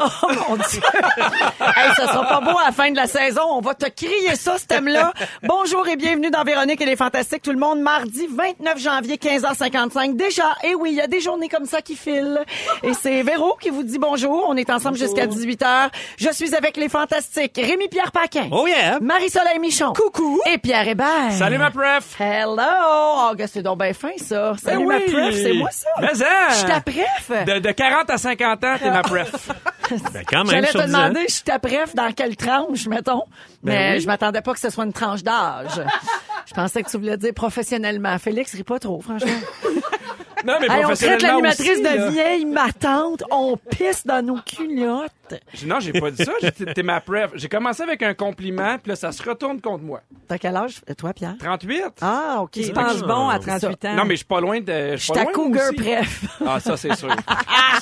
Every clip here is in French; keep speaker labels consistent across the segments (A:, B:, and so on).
A: Oh mon Dieu! hey, ça sera pas beau à la fin de la saison. On va te crier ça, ce thème-là. Bonjour et bienvenue dans Véronique et les Fantastiques, tout le monde. Mardi 29 janvier, 15h55. Déjà, et oui, il y a des journées comme ça qui filent. Et c'est Véro qui vous dit bonjour. On est ensemble jusqu'à 18h. Je suis avec les Fantastiques. Rémi-Pierre Paquin.
B: Oh yeah!
A: Marie-Soleil Michon.
C: Coucou.
A: Et Pierre Hébert.
B: Salut ma pref!
A: Hello! Oh, gars, c'est donc bien fin, ça. Salut
B: Eh Ben oui.
A: ma pref, c'est moi, ça.
B: Mais hein. ça.
A: Je suis ta pref.
B: De, de 40 à 50 ans, t'es ma pref. ben quand
A: J'allais
B: sur
A: te
B: 10 ans.
A: demander, je suis ta pref, dans quelle tranche, mettons. mais
B: Ben oui.
A: je m'attendais pas que ce soit une tranche d'âge. je pensais que tu voulais dire professionnellement. Félix, ris pas trop, franchement.
B: Non,
A: Hey, on
B: mais
A: traite
B: professionnellement
A: l'animatrice
B: aussi, là.
A: de vieille matante. On pisse dans nos culottes.
B: J'ai- Non, j'ai pas dit ça. J'ai dit, T'es ma pref. J'ai commencé avec un compliment, puis là, ça se retourne contre moi.
A: T'as quel âge, toi, Pierre?
B: 38?
A: Ah, OK.
C: Tu penses bon à 38 ans.
B: Non, mais je suis pas loin de. Je
A: Je
B: suis
A: suis
B: pas
A: ta
B: loin,
A: cougar
B: aussi.
A: pref.
B: Ah, ça, c'est sûr.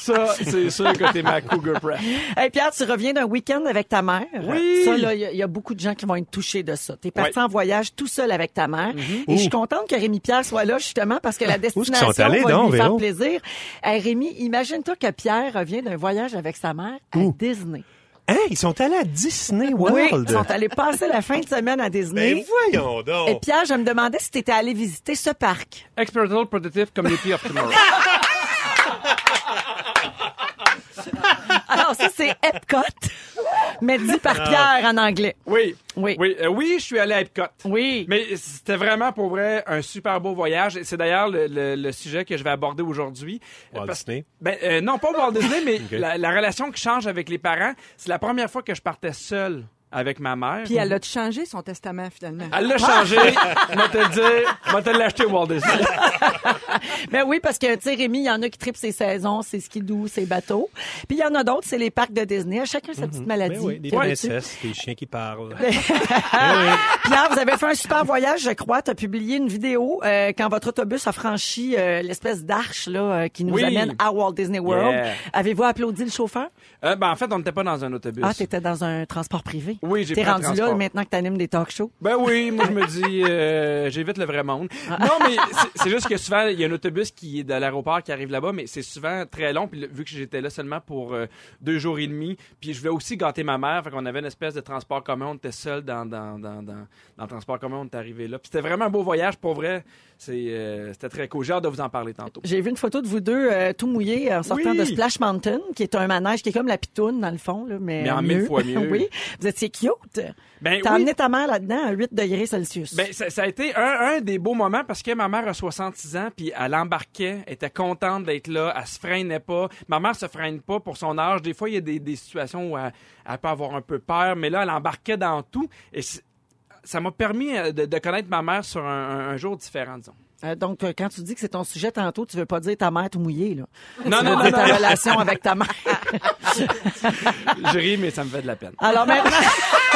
B: ça, c'est sûr que t'es ma cougar pref.
A: Hey Pierre, tu reviens d'un week-end avec ta mère.
B: Oui.
A: Ça, là, il y a- il y, a beaucoup de gens qui vont être touchés de ça. T'es parti en voyage tout seul avec ta mère.
D: Mm-hmm.
A: Et je suis contente que Rémi Pierre soit là, justement, parce que la
D: qu'ils sont
A: destination
D: allés,
A: va
D: donc,
A: lui faire
D: Véro?
A: plaisir. Hey, Rémi, imagine-toi que Pierre revient d'un voyage avec sa mère à Disney.
D: Hein, ils sont allés à Disney
A: Oui,
D: World.
A: ils sont allés passer la fin de semaine à Disney.
D: Mais voyons donc.
A: Et Pierre, je me demandais si t'étais allé visiter ce parc.
B: Experimental Productive Community of Tomorrow.
A: Alors ça, c'est Epcot, mais dit par
D: Ah.
A: Pierre en anglais.
B: Oui.
A: Oui.
B: Oui, euh, oui je suis allé à Epcot.
A: Oui.
B: Mais c'était vraiment pour vrai un super beau voyage. Et C'est d'ailleurs le, le- le sujet que je vais aborder aujourd'hui. Euh,
D: Walt
B: parce-
D: Disney.
B: Ben, euh, non, pas Walt Disney, mais la, la relation qui change avec les parents. C'est la première fois que je partais seul avec ma mère.
C: Puis elle a changé son testament, finalement.
B: Elle l'a changé. Moi, te le dire, moi, te l'acheter Walt Disney.
A: Ben oui, parce que, tu sais, Rémi, il y en a qui tripent ses saisons, ses skidoo, ses bateaux. Puis il y en a d'autres, c'est les parcs de Disney. À chacun
B: Mhm.
A: sa petite maladie.
D: Ben oui, des
A: T'as vu? Ah!
D: princesses, des chiens qui parlent.
A: Ben, Pierre, vous avez fait un super voyage, je crois. Tu as publié une vidéo euh, quand votre autobus a franchi euh, l'espèce d'arche là, euh, qui nous
B: Oui.
A: amène à Walt Disney World.
B: Yeah.
A: Avez-vous applaudi le chauffeur?
B: Euh, ben, en fait, on n'était pas dans un autobus.
A: Ah, t'étais dans un transport privé.
B: Oui, j'ai
A: T'es
B: pris un
A: rendu là
B: transport.
A: maintenant que t'animes des talk shows.
B: Ben oui, moi je me dis, euh, j'évite le vrai monde. Non, mais c'est- c'est juste que souvent, il y a un autobus qui est de l'aéroport qui arrive là-bas, mais c'est souvent très long. Puis le- vu que j'étais là seulement pour euh, deux jours et demi, puis je voulais aussi gâter ma mère, fait qu'on avait une espèce de transport commun. On était seul dans, dans, dans, dans, dans le transport commun, on est arrivé là. Puis c'était vraiment un beau voyage, pour vrai. C'est, euh, C'était très cool. J'ai hâte de vous en parler tantôt.
A: J'ai vu une photo de vous deux euh, tout mouillés en sortant
B: Oui.
A: de Splash Mountain, qui est un manège qui est comme la pitoune dans le fond, là, mais,
B: Mais en mille fois mieux.
A: oui, vous étiez cute.
B: Ben
A: T'as
B: oui.
A: emmené ta mère là-dedans à 8 degrés Celsius.
B: Ben, ça, ça a été un, un des beaux moments parce que ma mère a 66 ans, puis elle embarquait, elle était contente d'être là, elle se freinait pas. Ma mère se freine pas pour son âge. Des fois, il y a des, des situations où elle, elle peut avoir un peu peur, mais là, elle embarquait dans tout. Et c'est- ça m'a permis euh, de, de connaître ma mère sur un, un- un jour différent, disons.
A: Euh, donc, euh, quand tu dis que c'est ton sujet tantôt, tu veux pas dire ta mère tout mouillée, là.
B: Non,
A: Tu
B: non,
A: veux
B: non,
A: dire ta
B: non.
A: relation avec ta mère.
B: Je ris, mais ça me fait de la peine.
A: Alors maintenant,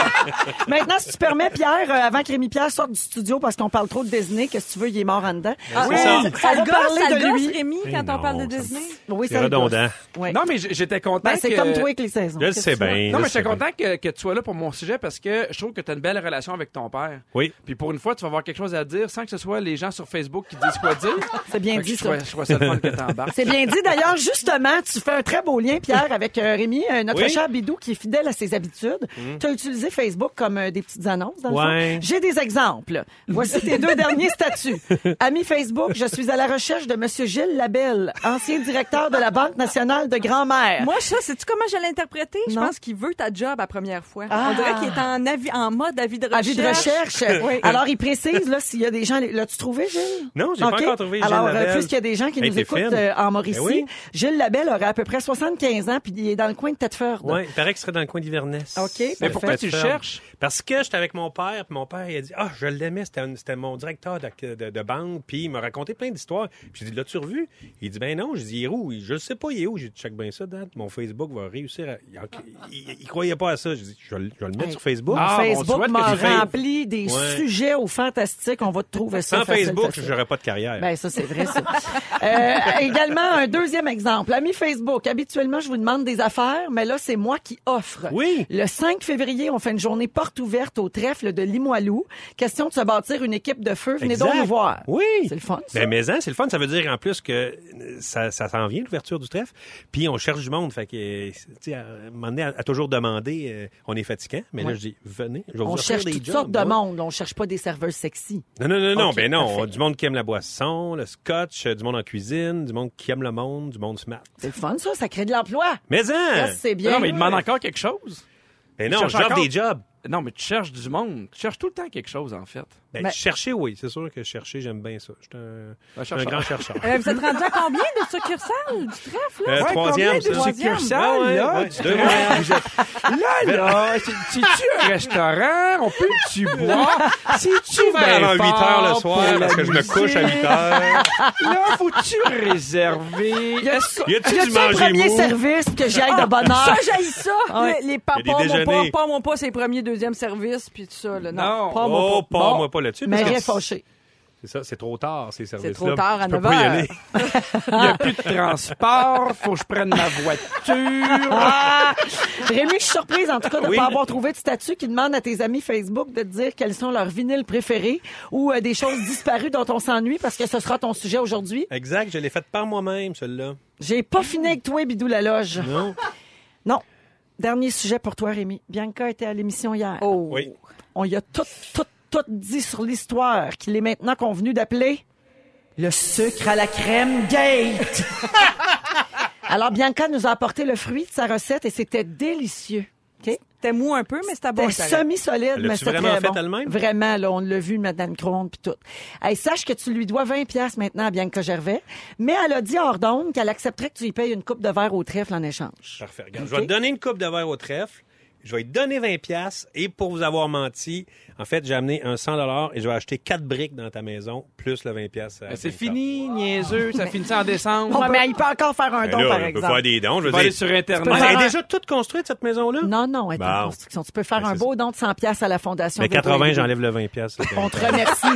A: maintenant, si tu permets, Pierre, euh, avant que Rémi Pierre sorte du studio parce qu'on parle trop de Disney, qu'est-ce que tu veux, il est mort en dedans.
C: Ah,
D: oui.
C: ça,
A: Ça
C: le
A: va
C: gosse,
A: parler
C: ça
A: de
C: le
A: lui.
C: gosse, Rémi,
D: Eh
C: quand on
D: non,
C: parle de
D: ça-
C: Disney.
A: Oui,
D: C'est
A: ça le gosse.
D: redondant.
A: Oui.
B: Non, mais j- j'étais content.
A: Ben, c'est
B: que-
A: comme toi avec les saisons.
D: Je le
A: Qu'est-ce
D: sais
A: que tu veux?
D: bien.
B: Non,
D: je
B: mais j'étais
D: sais bien.
B: content que, que tu sois là pour mon sujet parce que je trouve que tu as une belle relation avec ton père.
D: Oui.
B: Puis pour une fois, tu vas avoir quelque chose à dire sans que ce soit les gens sur Facebook qui disent quoi dire.
A: C'est bien
B: Fait que
A: dit,
B: je trouvais-
A: ça.
B: Je trouvais ça le fun que t'embarques.
A: C'est bien dit. D'ailleurs, justement, tu fais un très beau lien, Pierre, avec euh, Rémi, euh, notre
D: Oui. Mm.
A: cher Bidou, qui est fidèle à ses habitudes. Tu as utilisé Facebook comme euh, des petites annonces, dans le
D: Ouais.
A: fond. J'ai des exemples. Voici tes deux derniers statuts. Ami Facebook, je suis à la recherche de Monsieur Gilles Labelle, ancien directeur de la Banque nationale de grand-mère.
C: Moi, ça, sais-tu comment je l'ai interprété? Je
A: Non.
C: pense qu'il veut ta job à première fois.
A: Ah.
C: On dirait qu'il est en, avis, en mode avis de recherche.
A: Avis de recherche.
C: Oui.
A: Alors, il précise, là, s'il y a des gens... L'as-tu trouvé, Gilles?
D: Non, j'ai pas
A: OK.
D: encore trouvé Gilles
A: Alors, euh,
D: Labelle.
A: puisqu'il y a des gens qui
D: Hey,
A: nous
D: t'es
A: écoutent
D: fine.
A: euh, en Mauricie,
D: Ben oui.
A: Gilles Labelle aurait à peu près 75 ans, puis il est dans le coin de Têteford.
D: Ouais, il paraît que ce serait dans le coin d'Hivernesse.
A: OK. Mais
D: Ça
B: pourquoi
D: fait
B: tu le
D: ferme.
B: cherches?
D: Parce que j'étais avec mon père, puis mon père, il a dit Ah, je l'aimais, c'était un- c'était mon directeur de, de- de banque, puis il m'a raconté plein d'histoires. Puis j'ai dit L'as-tu revu Il dit Ben non, j'ai dit Il est où Il- Je le sais pas, il est où J'ai dit Check bien ça, Dad, mon Facebook va réussir à. Il, il- il croyait pas à ça. J'ai dit Je, vais le- je vais le mettre sur Facebook.
B: Ah, bon, tu vois
A: Facebook
B: que
A: m'a
B: tu fais-
A: rempli des
D: Ouais.
A: sujets au fantastique. On va te trouver ça.
D: Sans
A: facile,
D: Facebook,
A: facile.
D: j'aurais pas de carrière.
A: Ben, ça, c'est vrai, ça. Euh, également, un deuxième exemple. Ami Facebook, habituellement, je vous demande des affaires, mais là, c'est moi qui offre.
D: Oui.
A: Le 5 février, on fin de journée porte ouverte au trèfle de Limoilou. Question de se bâtir une équipe de feu. Venez
D: Exact.
A: donc nous voir.
D: Oui.
A: C'est le fun, ça.
D: Ben, mais hein, c'est le fun. Ça veut dire en plus que euh, ça, ça s'en vient, l'ouverture du trèfle. Puis on cherche du monde. Fait que, euh, tu sais, à, un moment donné, à- à toujours demander, euh, on est fatigant. Mais là,
A: Ouais.
D: je dis, venez, je vais vous
A: On
D: offrir
A: cherche
D: des
A: toutes
D: jobs,
A: sortes de
D: moi.
A: monde. On cherche pas des serveurs sexy.
D: Non, non, non, non.
A: Ok,
D: ben non.
A: parfait.
D: Du monde qui aime la boisson, le scotch, euh, du monde en cuisine, du monde qui aime le monde, du monde smart.
A: C'est le fun, ça. Ça crée de l'emploi.
D: Mais hein!
A: Ça, c'est bien.
B: Non, mais il demande encore quelque chose.
D: Ben
B: il
D: non,
B: cherche
D: j'offre
B: encore.
D: des jobs.
B: Non, mais tu cherches du monde. Tu cherches tout le temps quelque chose, en fait.
D: Ben,
A: Mais-
D: chercher, oui. C'est sûr que chercher, j'aime bien ça. Je suis un,
B: Un
D: je suis un
B: chercheur.
D: grand chercheur.
C: Euh, vous êtes rendu à combien de succursales du trèfle? là?
D: Euh,
B: Ouais,
D: troisième,
B: combien de
D: ça.
B: succursales,
D: Ah ouais,
B: là,
D: ouais,
B: tu
D: deux.
B: te- Là, là, si tu ah, un restaurant, on peut-tu boire? Si tu
D: Ben, avant 8 heures le soir, parce que je me couche à 8 heures.
B: Là, faut-tu réserver? Est-ce que-
D: Y a-tu
A: Y
D: du
A: a-tu un
D: manger
A: premier
D: mou? Ah,
A: service que j'aille de bonne
C: Ça,
A: heure?
C: Ah, j'haïs ça.
A: Ah Ouais.
C: Les, les pas,
D: Il y a des
C: pas, mon pas,
D: déjeuners.
C: pas, mon pas, c'est premier, deuxième service, puis tout ça. Là, non.
B: Non.
A: Pas moi,
D: Oh,
A: pas-
D: pas
A: bon.
D: moi pas là-dessus.
A: Mais
D: parce que
A: reste fauché.
D: C'est ça, c'est trop tard, ces services-là.
C: trop tard à
D: Tu peux
C: 9
D: pas y
C: heures.
D: aller.
B: Il n'y a plus de transport, faut que je prenne ma voiture.
A: Ah! Rémi, je suis surprise en tout cas de ne
D: Oui.
A: pas avoir trouvé de statut qui demande à tes amis Facebook de te dire quels sont leurs vinyles préférés ou euh, des choses disparues dont on s'ennuie parce que ce sera ton sujet aujourd'hui.
D: Exact, je l'ai faite par moi-même, celle-là.
A: J'ai pas fini avec toi, Bidou la loge.
D: Non?
A: Non. Dernier sujet pour toi, Rémi. Bianca était à l'émission hier.
C: Oh.
D: Oui.
A: On y a tout, tout, tout dit sur l'histoire qu'il est maintenant convenu d'appeler le sucre à la crème gate. Alors, Bianca nous a apporté le fruit de sa recette et c'était délicieux. OK?
C: T'es mou un peu, mais c'était bon.
A: C'était
C: ça reste.
A: semi-solide,
D: L'as-tu
A: mais c'était
D: vraiment
A: très
D: fait
A: bon.
D: elle-même?
A: Vraiment, là, on l'a vu, Madame Cronde, puis tout. Hey, sache que tu lui dois 20 pièces maintenant à Bianca Gervais, mais elle a dit hors d'onde qu'elle accepterait que tu lui payes une coupe de verre au trèfle en échange.
D: Parfait. Regarde,
A: Ok.
D: je vais te donner une coupe de verre au trèfle. Je vais te donner 20 pièces et pour vous avoir menti, en fait, j'ai amené un 100 dollars et je vais acheter 4 briques dans ta maison plus le 20 pièces.
B: Ben, C'est fini, niaiseux, ça finit en décembre.
A: Ouais, mais il peut encore faire un don, par
D: Ben on peut
A: exemple.
D: faire des dons, je
B: Je
D: veux
B: vais aller
D: dire.
B: sur
A: Tu peux
B: Internet.
D: Ah, elle
A: faire
D: est
A: un-
D: déjà toute construite cette maison-là Ben,
A: Non, non, elle est en
D: Bon.
A: construction. Tu peux faire
D: Ben,
A: un
D: c'est
A: beau don de 100 pièces à la fondation.
D: Mais
A: Véro
D: 80,
A: Hébé.
D: j'enlève le 20 pièces.
A: On te remercie.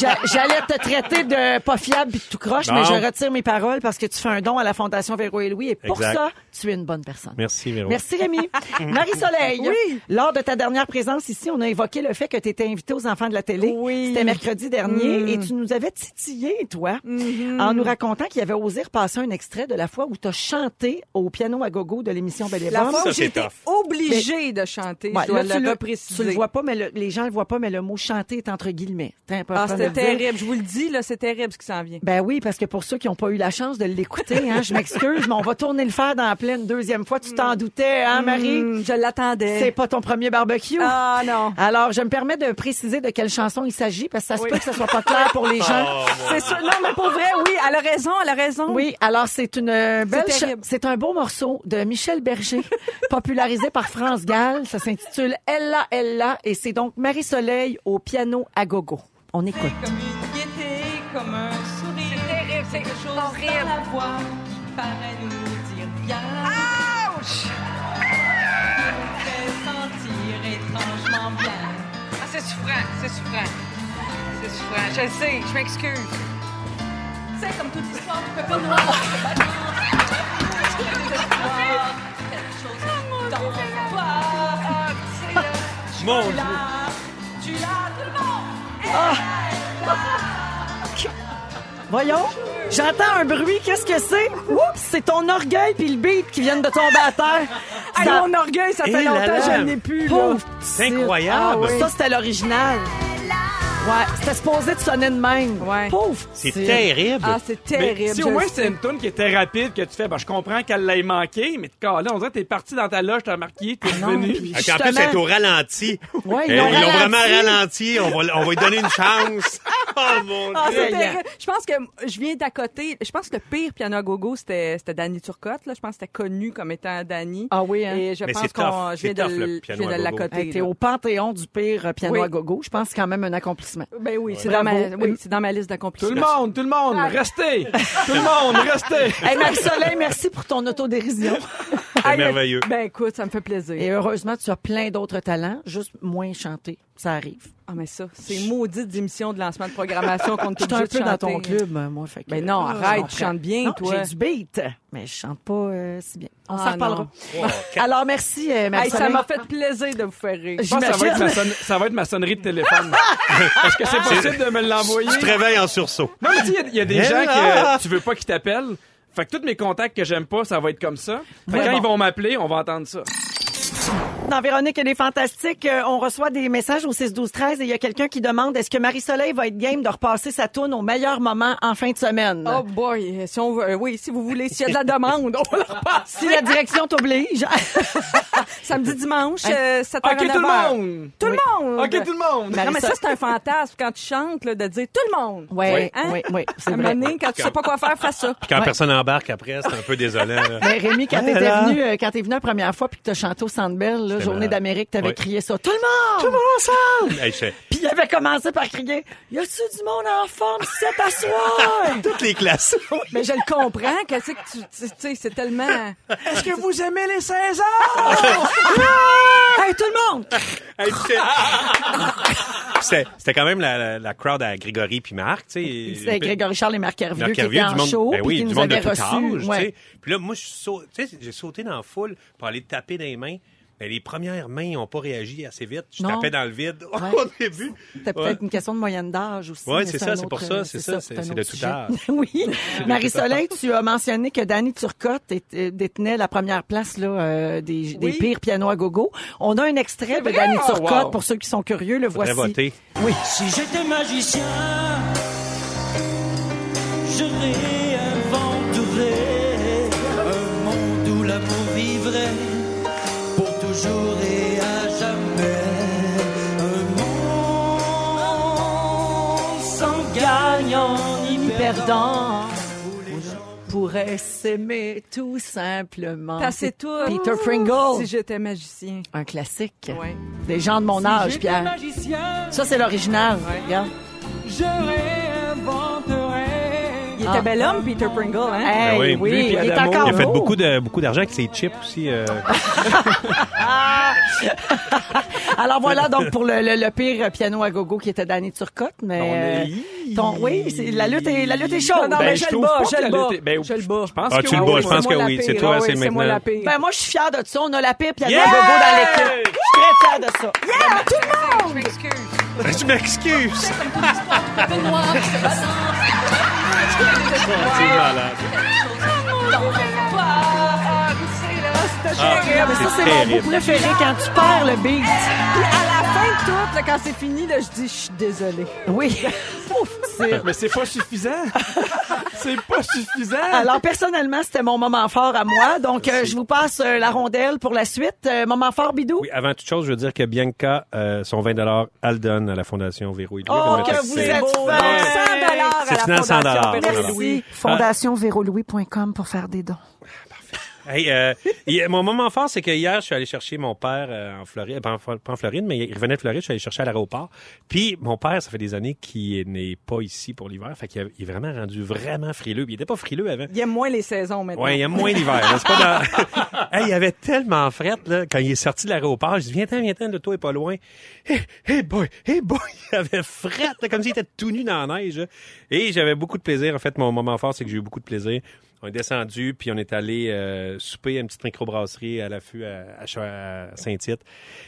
A: J'a- J'allais te traiter de pas fiable puis de tout croche, mais
D: Bon.
A: je retire mes paroles parce que tu fais un don à la Fondation Véro et Louis et pour
D: Exact.
A: ça, tu es une bonne personne.
D: Merci, Véro.
A: Merci Rémi. Marie-Soleil,
C: Oui.
A: lors de ta dernière présence ici, on a évoqué le fait que tu étais invitée aux enfants de la télé.
C: Oui. Mm.
A: C'était mercredi dernier et tu nous avais titillé, toi,
C: Mm-hmm.
A: en nous racontant qu'il y avait osé repasser un extrait de la fois où tu as chanté au piano à gogo de l'émission Belle et
C: La
A: Bonne.
C: fois où
D: Ça,
C: j'ai
D: c'est
C: été
D: tough.
C: obligée de chanter,
A: Ouais,
C: je dois
A: là,
C: le,
A: tu le,
C: repréciser.
A: tu le vois pas, mais le- les gens le voient pas, mais le mot chanter est entre guillemets. C'est important
C: Ah,
A: de
C: c'était
A: le dire.
C: terrible. Je vous le dis, là, c'est terrible ce qui s'en vient.
A: Ben oui, parce que pour ceux qui n'ont pas eu la chance de l'écouter, hein, je m'excuse, mais on va tourner le fer dans la pleine deuxième fois. Tu
C: Mm.
A: t'en doutais, hein, Marie?
C: Hmm, je l'attendais.
A: C'est pas ton premier barbecue.
C: Ah non.
A: Alors, je me permets de préciser de quelle chanson il s'agit, parce que ça se peut que ça soit pas clair pour les gens.
C: C'est ça. Non, mais pour vrai, oui, elle a raison, elle a raison.
A: Oui, alors c'est une euh, belle cha-
C: Hum. terrible.
A: c'est un beau morceau de Michel Berger popularisé par France Gall, ça s'intitule Ella Ella et c'est donc Marie Soleil au piano à gogo. On écoute.
E: comme une gaieté, comme un sourire. C'est terrible, c'est quelque chose dans la voix qui paraît nous dire bien. Ouch! fait sentir étrangement bien.
F: Ah, c'est souffrant, c'est souffrant. C'est souffrant. Je le sais, je m'excuse.
E: Tu sais, comme toute histoire, tu peux pas noir. tu peux pas noir, tu peux pas noir. Quelque chose dans la voix.
D: Mon
E: Tu
D: Dieu.
E: l'as, tu l'as, tout le monde.
A: Voyons, j'entends un bruit, qu'est-ce que c'est Oups, c'est ton orgueil puis le beat qui viennent de tomber à terre.
C: Hey,
A: Ça-
C: mon orgueil, ça
D: Eh
C: fait
D: là
C: longtemps
D: là.
C: que je n'ai plus. là.
A: Pauvre
D: C'est
A: petite.
D: incroyable.
A: Ah oui. Ça, c'était l'original. Ouais, c'était supposé de sonner de même.
C: Ouais.
A: Pauvre
D: C'est
A: petite.
D: terrible.
C: Ah, c'est terrible.
B: Mais si
C: je
B: au moins
C: le
B: c'est
C: sais.
B: une toune qui était rapide, que tu fais, ben, je comprends qu'elle l'ait manqué, mais de là, on dirait que t'es parti dans ta loge, t'as marqué, t'es
A: non,
B: revenu.
A: puis-
D: Ah, en plus,
A: Justement.
D: c'est au ralenti.
A: Ouais, ils
D: Eh,
A: l'ont
D: ils l'ont
A: ralenti.
D: vraiment ralenti. On va, on va lui donner une chance. Oh mon
C: Ah,
D: Dieu.
C: c'est
A: Brillant.
C: terrible. Je pense que je viens d'à côté. Je pense que le pire piano à gogo, c'était c'était Danny Turcotte. Là. Je pense que c'était connu comme étant Danny.
A: Ah oui, hein?
C: Et je
D: Mais
C: pense
D: c'est
C: qu'on je viens
D: tough. C'est
C: de,
D: tough, le
C: l- je
D: piano
C: viens de
D: à gogo.
C: l'accoter.
A: Hey, T'es
C: là.
A: au panthéon du pire euh, piano
C: Oui.
A: à gogo. Je pense que c'est quand même un accomplissement.
C: Ben oui, c'est
A: Bravo.
C: dans, ma- oui,
A: Euh,
C: c'est dans ma liste
B: Tout le
C: d'accomplissements.
B: monde, tout le monde, restez! Tout le monde, restez!
A: Hey, Marie-Soleil, merci pour ton autodérision.
D: C'est merveilleux.
C: Ben écoute, ça me fait plaisir.
A: Et heureusement, tu as plein d'autres talents, juste moins chanter. Ça arrive.
C: Ah, mais ça, c'est maudite d'émission de lancement de programmation qu'on est
A: Je suis un
C: obligé
A: peu
C: de
A: dans
C: chanter.
A: ton club, moi. Fait que,
C: Ben non,
A: Ah,
C: arrête,
A: je comprends.
C: tu chantes bien,
A: Non,
C: toi.
A: J'ai du beat, mais je chante pas euh, si bien. On
C: Ah,
A: s'en reparlera.
C: non.
D: Wow, quatre-
A: Alors, merci, euh,
C: Hey, ça
A: Marie-Soleil.
C: m'a fait plaisir de vous faire rire.
B: Je pense que ça va, être
A: J'imagine.
B: ma sonne- ça va être ma sonnerie de téléphone. Est-ce que c'est possible de me l'envoyer?
D: Tu te réveilles en sursaut.
B: Non, mais tu sais, il y a- il y, a des
D: Mais
B: gens
D: là!
B: que tu veux pas qu'ils t'appellent. Fait que tous mes contacts que j'aime pas, ça va être comme ça. Fait que
A: Ouais,
B: quand
A: bon.
B: ils vont m'appeler, on va entendre ça.
A: Dans Véronique, elle est fantastique. Euh, on reçoit des messages au 6-12-13 et il y a quelqu'un qui demande est-ce que Marie-Soleil va être game de repasser sa tourne au meilleur moment en fin de semaine?
C: Oh boy, si on veut, euh, oui, si vous voulez, s'il y a de la demande, on leur passe.
A: Si la direction t'oblige.
C: Samedi, dimanche, euh, 7
B: OK, tout le monde!
C: Tout
A: Oui.
C: le monde!
B: OK, tout le monde!
C: Non, mais ça, c'est un fantasme quand tu chantes, là, de dire tout le monde.
A: Ouais,
C: Hein?
A: oui, oui, c'est
C: À un
A: vrai.
C: moment donné, quand tu sais pas quoi faire, fais ça.
D: Quand personne embarque après, c'est un peu désolant. là.
A: Mais Rémi, quand t'étais
D: Voilà.
A: venu, euh, quand t'es venu la première fois puis que t'as chanté au Sandbell, là, Journée
D: malade.
A: d'Amérique, t'avais
D: Oui.
A: crié ça. Tout le monde! Tout le monde ensemble!
D: Hey, je fais
A: Puis il avait commencé par crier Y a-tu du monde en forme cet asseoir?
D: toutes les classes.
C: Mais je le comprends, que tu sais, que tu- tu tu sais, c'est tellement.
B: Est-ce que vous aimez les 16 ans?
A: hey, tout le monde!
D: Hey, tu sais- C'était c'était quand même la, la- la crowd à Grégory puis Marc, tu sais.
A: C'était Grégory Charles et Marc Hervieux qui étaient
D: ben, Hervieux,
A: en show
D: ben oui,
A: puis qui
D: du
A: nous
D: monde de
A: avaient
D: tout âge,
A: reçus.
D: tu
A: Ouais.
D: sais. Puis là, moi, je suis sau- tu sais, j'ai sauté dans la foule pour aller taper dans les mains. Mais les premières mains n'ont pas réagi assez vite. Je
A: Non.
D: tapais dans le vide au
A: Ouais.
D: début.
A: C'était peut-être
D: Ouais.
A: une question de moyenne d'âge aussi.
D: Ouais,
A: mais
D: c'est
A: un
D: ça, c'est
A: autre,
D: pour ça,
A: euh,
D: c'est ça, c'est-
A: un
D: c'est
A: autre
D: de tout
A: sujet.
D: âge.
A: oui. Marie-Soleil, tu as mentionné que Danny Turcotte était- détenait la première place là, euh, des, des
C: Oui.
A: pires pianos à gogo. On a un extrait de Danny
B: Oh,
A: Turcotte
B: wow.
A: pour ceux qui sont curieux. Le
D: Faudrait
A: voici.
D: voter.
G: Si j'étais magicien, je réinventerais un monde où l'amour vivrait pour toujours et à jamais. Un monde sans gagnant ni perdant.
A: Pourrait s'aimer tout simplement.
C: T'as c'est tout.
A: Peter
C: Si
A: Pringle.
C: j'étais magicien.
A: Un classique.
C: Ouais.
A: Des gens de mon âge, Pierre.
E: magicien,
A: Ça, c'est l'original. Regarde.
E: je réinventerai.
C: Il était
A: Ah.
C: bel homme, Peter Pringle, hein?
A: Hey,
D: Ben oui,
A: Ben oui,
D: lui, puis
A: il est
B: Adamo.
A: encore
D: Il a fait
A: beau.
D: beaucoup de beaucoup d'argent avec ses chips aussi. euh.
A: Alors voilà donc pour le, le- le pire piano à gogo qui était Danny Turcotte, mais
B: On est-
A: euh, ton- oui, c'est- la lutte est la lutte est chaude.
C: Non,
B: Ben,
C: mais
B: je
C: je le
B: trouve
C: bats,
B: pas
C: je
B: qu'elle
C: le bats.
B: était- ben,
C: Je le bats.
B: Je pense
D: Ah,
B: que
D: tu le
B: oui,
D: bats,
B: oui,
D: je pense
B: oui.
C: C'est
D: que
C: moi
D: oui.
C: la
D: C'est
C: pire.
D: toi,
C: Ah oui,
D: c'est
C: c'est moi
D: maintenant.
C: la pire.
A: Ben moi je suis fière de ça, on a la pire piano
D: Yeah!
A: à gogo dans l'équipe. Je suis très fière de ça.
F: Tout le monde! Je m'excuse.
D: Je m'excuse. C'est malade.
F: Ah, tu sais, là, c'était
A: Ah, mais ça c'est mon mot
D: terrible.
A: préféré quand tu perds le beat.
C: Puis à la fin de tout, là, quand c'est fini, là, je dis, je suis désolée.
A: Oui. Ouf, c'est-
B: Mais c'est pas suffisant. c'est pas suffisant.
A: Alors personnellement, c'était mon moment fort à moi. Donc euh, je vous passe euh, la rondelle pour la suite. Euh, moment fort bidou.
D: Oui, avant toute chose, je veux dire que Bianca, euh, son 20 elle donne à la Fondation Véro et Louis.
A: Oh,
D: Elle va
A: que vous
D: mettre-
A: êtes
C: beau.
A: fin.
C: 100 dollars à
D: C'est
C: la
D: finalement 100
C: Fondation
D: Voilà.
C: Père-Louis.
A: Merci. Fondationverolouis.com pour faire des dons.
D: Hey, euh, il- mon moment fort, c'est que hier, je suis allé chercher mon père euh, en Floride, pas en, Fl- pas en Floride, mais il revenait de Floride, je suis allé chercher à l'aéroport. Puis mon père, ça fait des années qu'il n'est pas ici pour l'hiver, fait qu'il a- il est vraiment rendu vraiment frileux. Puis Il était pas frileux avant.
C: Il aime moins les saisons maintenant.
D: Ouais, il aime moins l'hiver. là. C'est pas dans- Hey, il avait tellement fret là, quand il est sorti de l'aéroport. Je dis viens ten viens ten le toit est pas loin. Hey, hey boy, hey boy, il avait fret là, comme s'il était tout nu dans la neige. là. Et j'avais beaucoup de plaisir. En fait, mon moment fort, c'est que j'ai eu beaucoup de plaisir. On est descendu, puis on est allé euh, souper à une petite microbrasserie à l'affût à, à Cha- à Saint-Tite.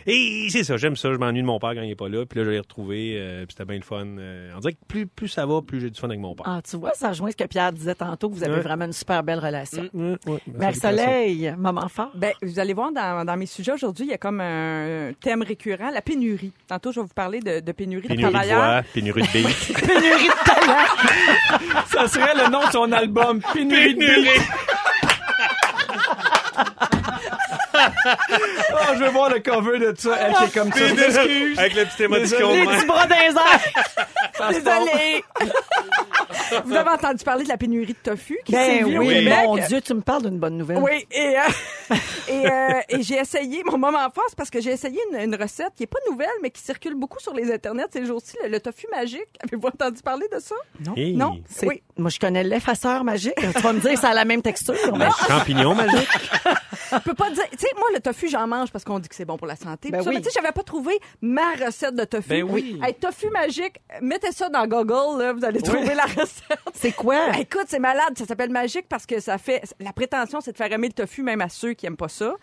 D: Et c'est ça, j'aime ça. Je m'ennuie de mon père quand il est pas là. Puis là, je l'ai retrouvé. euh, puis c'était bien le fun. Euh, on dirait que plus, plus ça va, plus j'ai du fun avec mon père.
A: Ah, tu vois, ça rejoint ce que Pierre disait tantôt, que vous avez
D: Ouais.
A: vraiment une super belle relation.
D: Ouais, ouais, ben,
A: Marie-Soleil, moment fort.
C: Ben, vous allez voir dans, dans mes sujets aujourd'hui, il y a comme un thème récurrent, la pénurie. Tantôt, je vais vous parler de, de pénurie,
D: Pénurie
C: de
D: de
C: travailleurs.
D: voix, pénurie de billes.
A: Pénurie de talent.
B: Ça serait le nom de son album, Pénurie de billes. Oh, je veux voir le cover de ça, elle qui est comme ça. Excuse.
D: Avec la petite émoticon.
A: Les petits bras d'un
C: Désolée. vous avez entendu parler de la pénurie de tofu qui s'est
A: Ben
C: vue
A: oui,
C: au Québec.
A: mon Dieu, tu me parles d'une bonne nouvelle.
C: Oui, et, euh, et, euh, et j'ai essayé, mon moment fort, c'est parce que j'ai essayé une, une recette qui est pas nouvelle, mais qui circule beaucoup sur les internets ces jours-ci, le, le tofu magique. Avez-vous entendu parler de ça? Non?
A: C'est-
C: Oui.
A: Moi, je connais l'effaceur magique. Tu vas me dire, ça a la même texture. mais-
D: Champignon Ben, magique.
C: Je peux pas dire. Tu sais, moi, le tofu, j'en mange parce qu'on dit que c'est bon pour la santé.
A: Ben
C: tout ça.
A: oui.
C: Mais tu sais, j'avais pas trouvé ma recette de tofu.
B: Ben oui.
C: Hey, tofu magique, mettez ça dans Google, là, vous allez trouver la recette.
A: C'est quoi?
C: Ben, écoute, c'est malade. Ça s'appelle magique parce que ça fait. La prétention, c'est de faire aimer le tofu même à ceux qui aiment pas ça.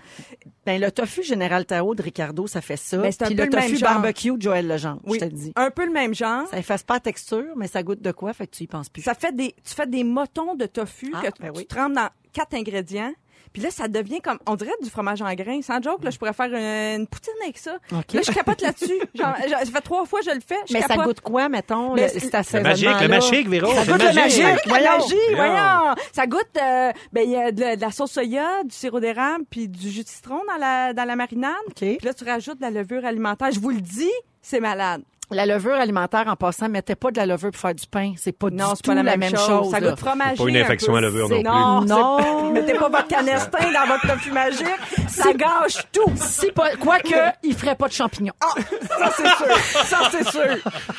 A: Ben, le tofu Général Tao de Ricardo, ça fait ça.
C: Ben, c'est un
A: Puis
C: peu
A: le
C: le
A: tofu
C: même genre.
A: barbecue de Joël Legendre, je te le dis.
C: Un peu le même genre.
A: Ça efface pas la texture, mais ça goûte de quoi, fait que tu y penses plus.
C: Ça fait des, tu fais des motons de tofu
A: Ah,
C: que tu,
A: ben oui.
C: tu trempes dans quatre ingrédients. Puis là, ça devient comme, on dirait du fromage en grains. Sans joke, là, je pourrais faire une, une poutine avec ça.
A: OK.
C: Là, je capote là-dessus. Genre, genre, ça fait trois fois que je le fais. Je
A: mais ça
C: capote.
A: goûte quoi, mettons?
C: Mais
A: Ben, le-
C: c'est-
A: cet
D: Le magique,
A: assaisonnement-là?
D: le magique, Véro.
A: Ça
D: c'est
A: goûte le magique,
C: Ça goûte la
A: voyons.
C: magie, voyons. Ça goûte, euh, ben, il y a de, la- de la sauce soya, du sirop d'érable, puis du jus de citron dans la, dans la marinade.
A: OK.
C: Puis là, tu rajoutes de la levure alimentaire. Je vous le dis, c'est malade.
A: La levure alimentaire, en passant, mettait pas de la levure pour faire du pain. C'est pas
C: Non,
A: du
C: c'est
A: tout
C: pas la même, chose. Ça
A: là.
C: goûte fromagé.
D: Pas une
C: un peu.
D: infection à levure non
A: C'est-
D: plus.
C: Non,
A: Non.
C: c'est- mettez pas votre canestin dans votre tofu magique, ça gâche tout.
A: Si pas, quoique, il ferait pas de champignons.
C: Ah, ça c'est sûr, ça c'est sûr.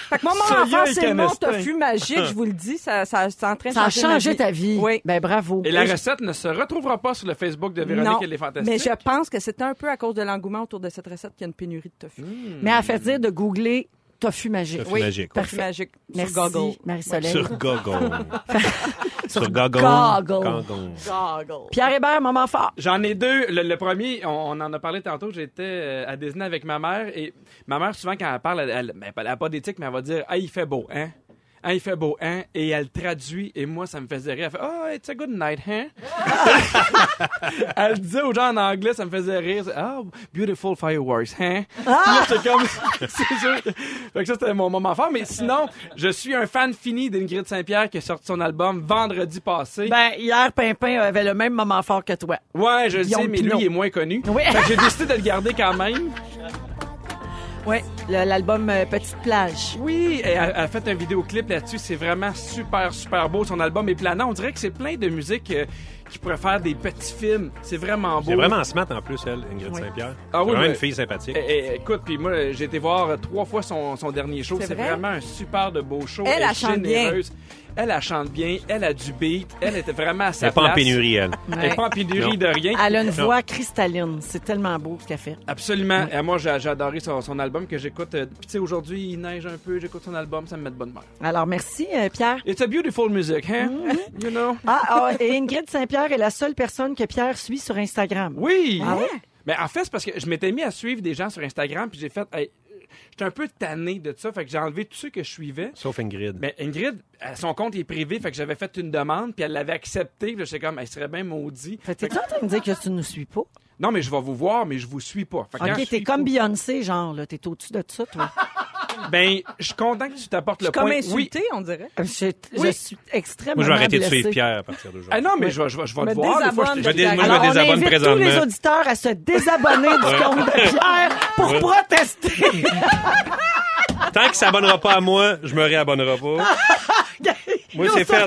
C: Fait que moi, mon
B: Soya
C: enfant,
B: et
C: c'est mon
B: canestin.
C: tofu magique, je vous le dis, ça, ça, ça est en train de
A: Ça a
C: changer ma
A: changé ta vie.
C: Oui.
A: Ben, bravo.
B: Et la recette ne se retrouvera pas sur le Facebook de Véronique
C: non,
B: et les
C: mais
B: Fantastiques.
C: je pense que c'est un peu à cause de l'engouement autour de cette recette qu'il y a une pénurie de tofu.
A: Mais à faire dire de googler tofu magique.
D: Tofu magique, ouais.
C: Tofu
A: Parfait.
C: magique
A: Merci,
C: sur Google.
A: Marie-Soleil.
D: Sur Gogol. Sur Gogol.
A: Goggle.
D: Goggle.
A: Pierre Hébert, moment fort.
B: J'en ai deux. Le, le premier, on, on en a parlé tantôt. J'étais euh, à Disney avec ma mère et ma mère, souvent, quand elle parle, elle- elle ben, elle a pas d'éthique, mais elle va dire Ah, il fait beau, hein Ah, il fait beau, hein Et elle traduit et moi, ça me faisait rire. Elle fait Oh, it's a good night, hein Elle disait aux gens en anglais, ça me faisait rire. Oh, beautiful fireworks, hein Là, j'étais comme. c'est sûr. Fait que ça, c'était mon moment fort. Mais sinon, je suis un fan fini d'Ingrid Saint-Pierre qui a sorti son album vendredi passé.
A: Ben, hier, Pimpin avait le même moment fort que toi.
B: Ouais, je
A: Guillaume
B: sais, mais
A: Pinot.
B: lui, il est moins connu.
A: Oui.
B: Fait que j'ai décidé de le garder quand même.
A: Oui. L'album euh, Petite Plage.
B: Oui, elle a elle a fait un vidéoclip là-dessus. C'est vraiment super, super beau. Son album est planant. On dirait que c'est plein de musique euh, qui pourrait faire des petits films. C'est vraiment beau.
D: C'est vraiment smart en plus, elle, Ingrid Saint-Pierre.
B: Ah oui,
D: C'est vraiment
B: mais-
D: une fille sympathique.
B: Eh, eh, écoute, puis moi, euh, j'ai été voir euh, trois fois son, son dernier show.
C: C'est
B: C'est
C: vrai?
B: vraiment un super de beau show.
C: Elle,
B: est
C: elle chante bien.
B: généreuse. Elle, elle chante bien. Elle a du beat. Elle était vraiment à sa
D: Elle n'est pas en
B: place.
D: pénurie, elle.
B: Elle n'est pas en pénurie
D: Non.
B: de rien.
A: Elle a une voix cristalline. C'est tellement beau ce qu'elle fait.
B: Absolument. Et moi, j'ai j'ai adoré son, son album que j'écoute. euh, Puis tu sais, aujourd'hui, il neige un peu. J'écoute son album. Ça me met de bonne humeur.
A: Alors, merci, euh, Pierre.
B: It's a beautiful music, hein? You know?
A: Ah, ah, et Ingrid Saint-Pierre est la seule personne que Pierre suit sur Instagram.
B: Oui!
A: Ah ouais?
B: Mais en fait, c'est parce que je m'étais mis à suivre des gens sur Instagram, puis j'ai fait, hey, j'étais un peu tanné de ça, fait que j'ai enlevé tous ceux que je suivais.
D: Sauf Ingrid.
B: Mais Ingrid, à son compte est privé, fait que j'avais fait une demande, puis elle l'avait acceptée. Puis là, j'étais comme, elle serait bien maudit.
A: Fait que T'es-tu en train de dire que tu nous suis pas?
B: Non, mais je vais vous voir, mais je vous suis pas. Fait que quand je
A: Ok, t'es
B: suis-
A: comme Beyoncé, genre, là. T'es au-dessus de ça, toi.
B: Ben, je suis content que tu t'apportes le
C: Comme
B: point. Oui.
C: insulté, on dirait.
A: Je, je
B: Oui.
A: suis extrêmement.
D: Moi, je vais arrêter de
A: blessée.
D: suivre Pierre à partir d'aujourd'hui.
B: Ah non, mais je vais, je vais, je vais
C: Mais
B: te voir. Des fois, je te-
C: désabonne,
D: Je vais dé- moi, je
A: Alors,
D: me
A: on
D: désabonne
A: invite tous les
D: présentement.
A: auditeurs à se désabonner du compte de Pierre pour protester.
D: Tant qu'il s'abonnera pas à moi, je me réabonnerai pas. Moi, c'est fait. Euh,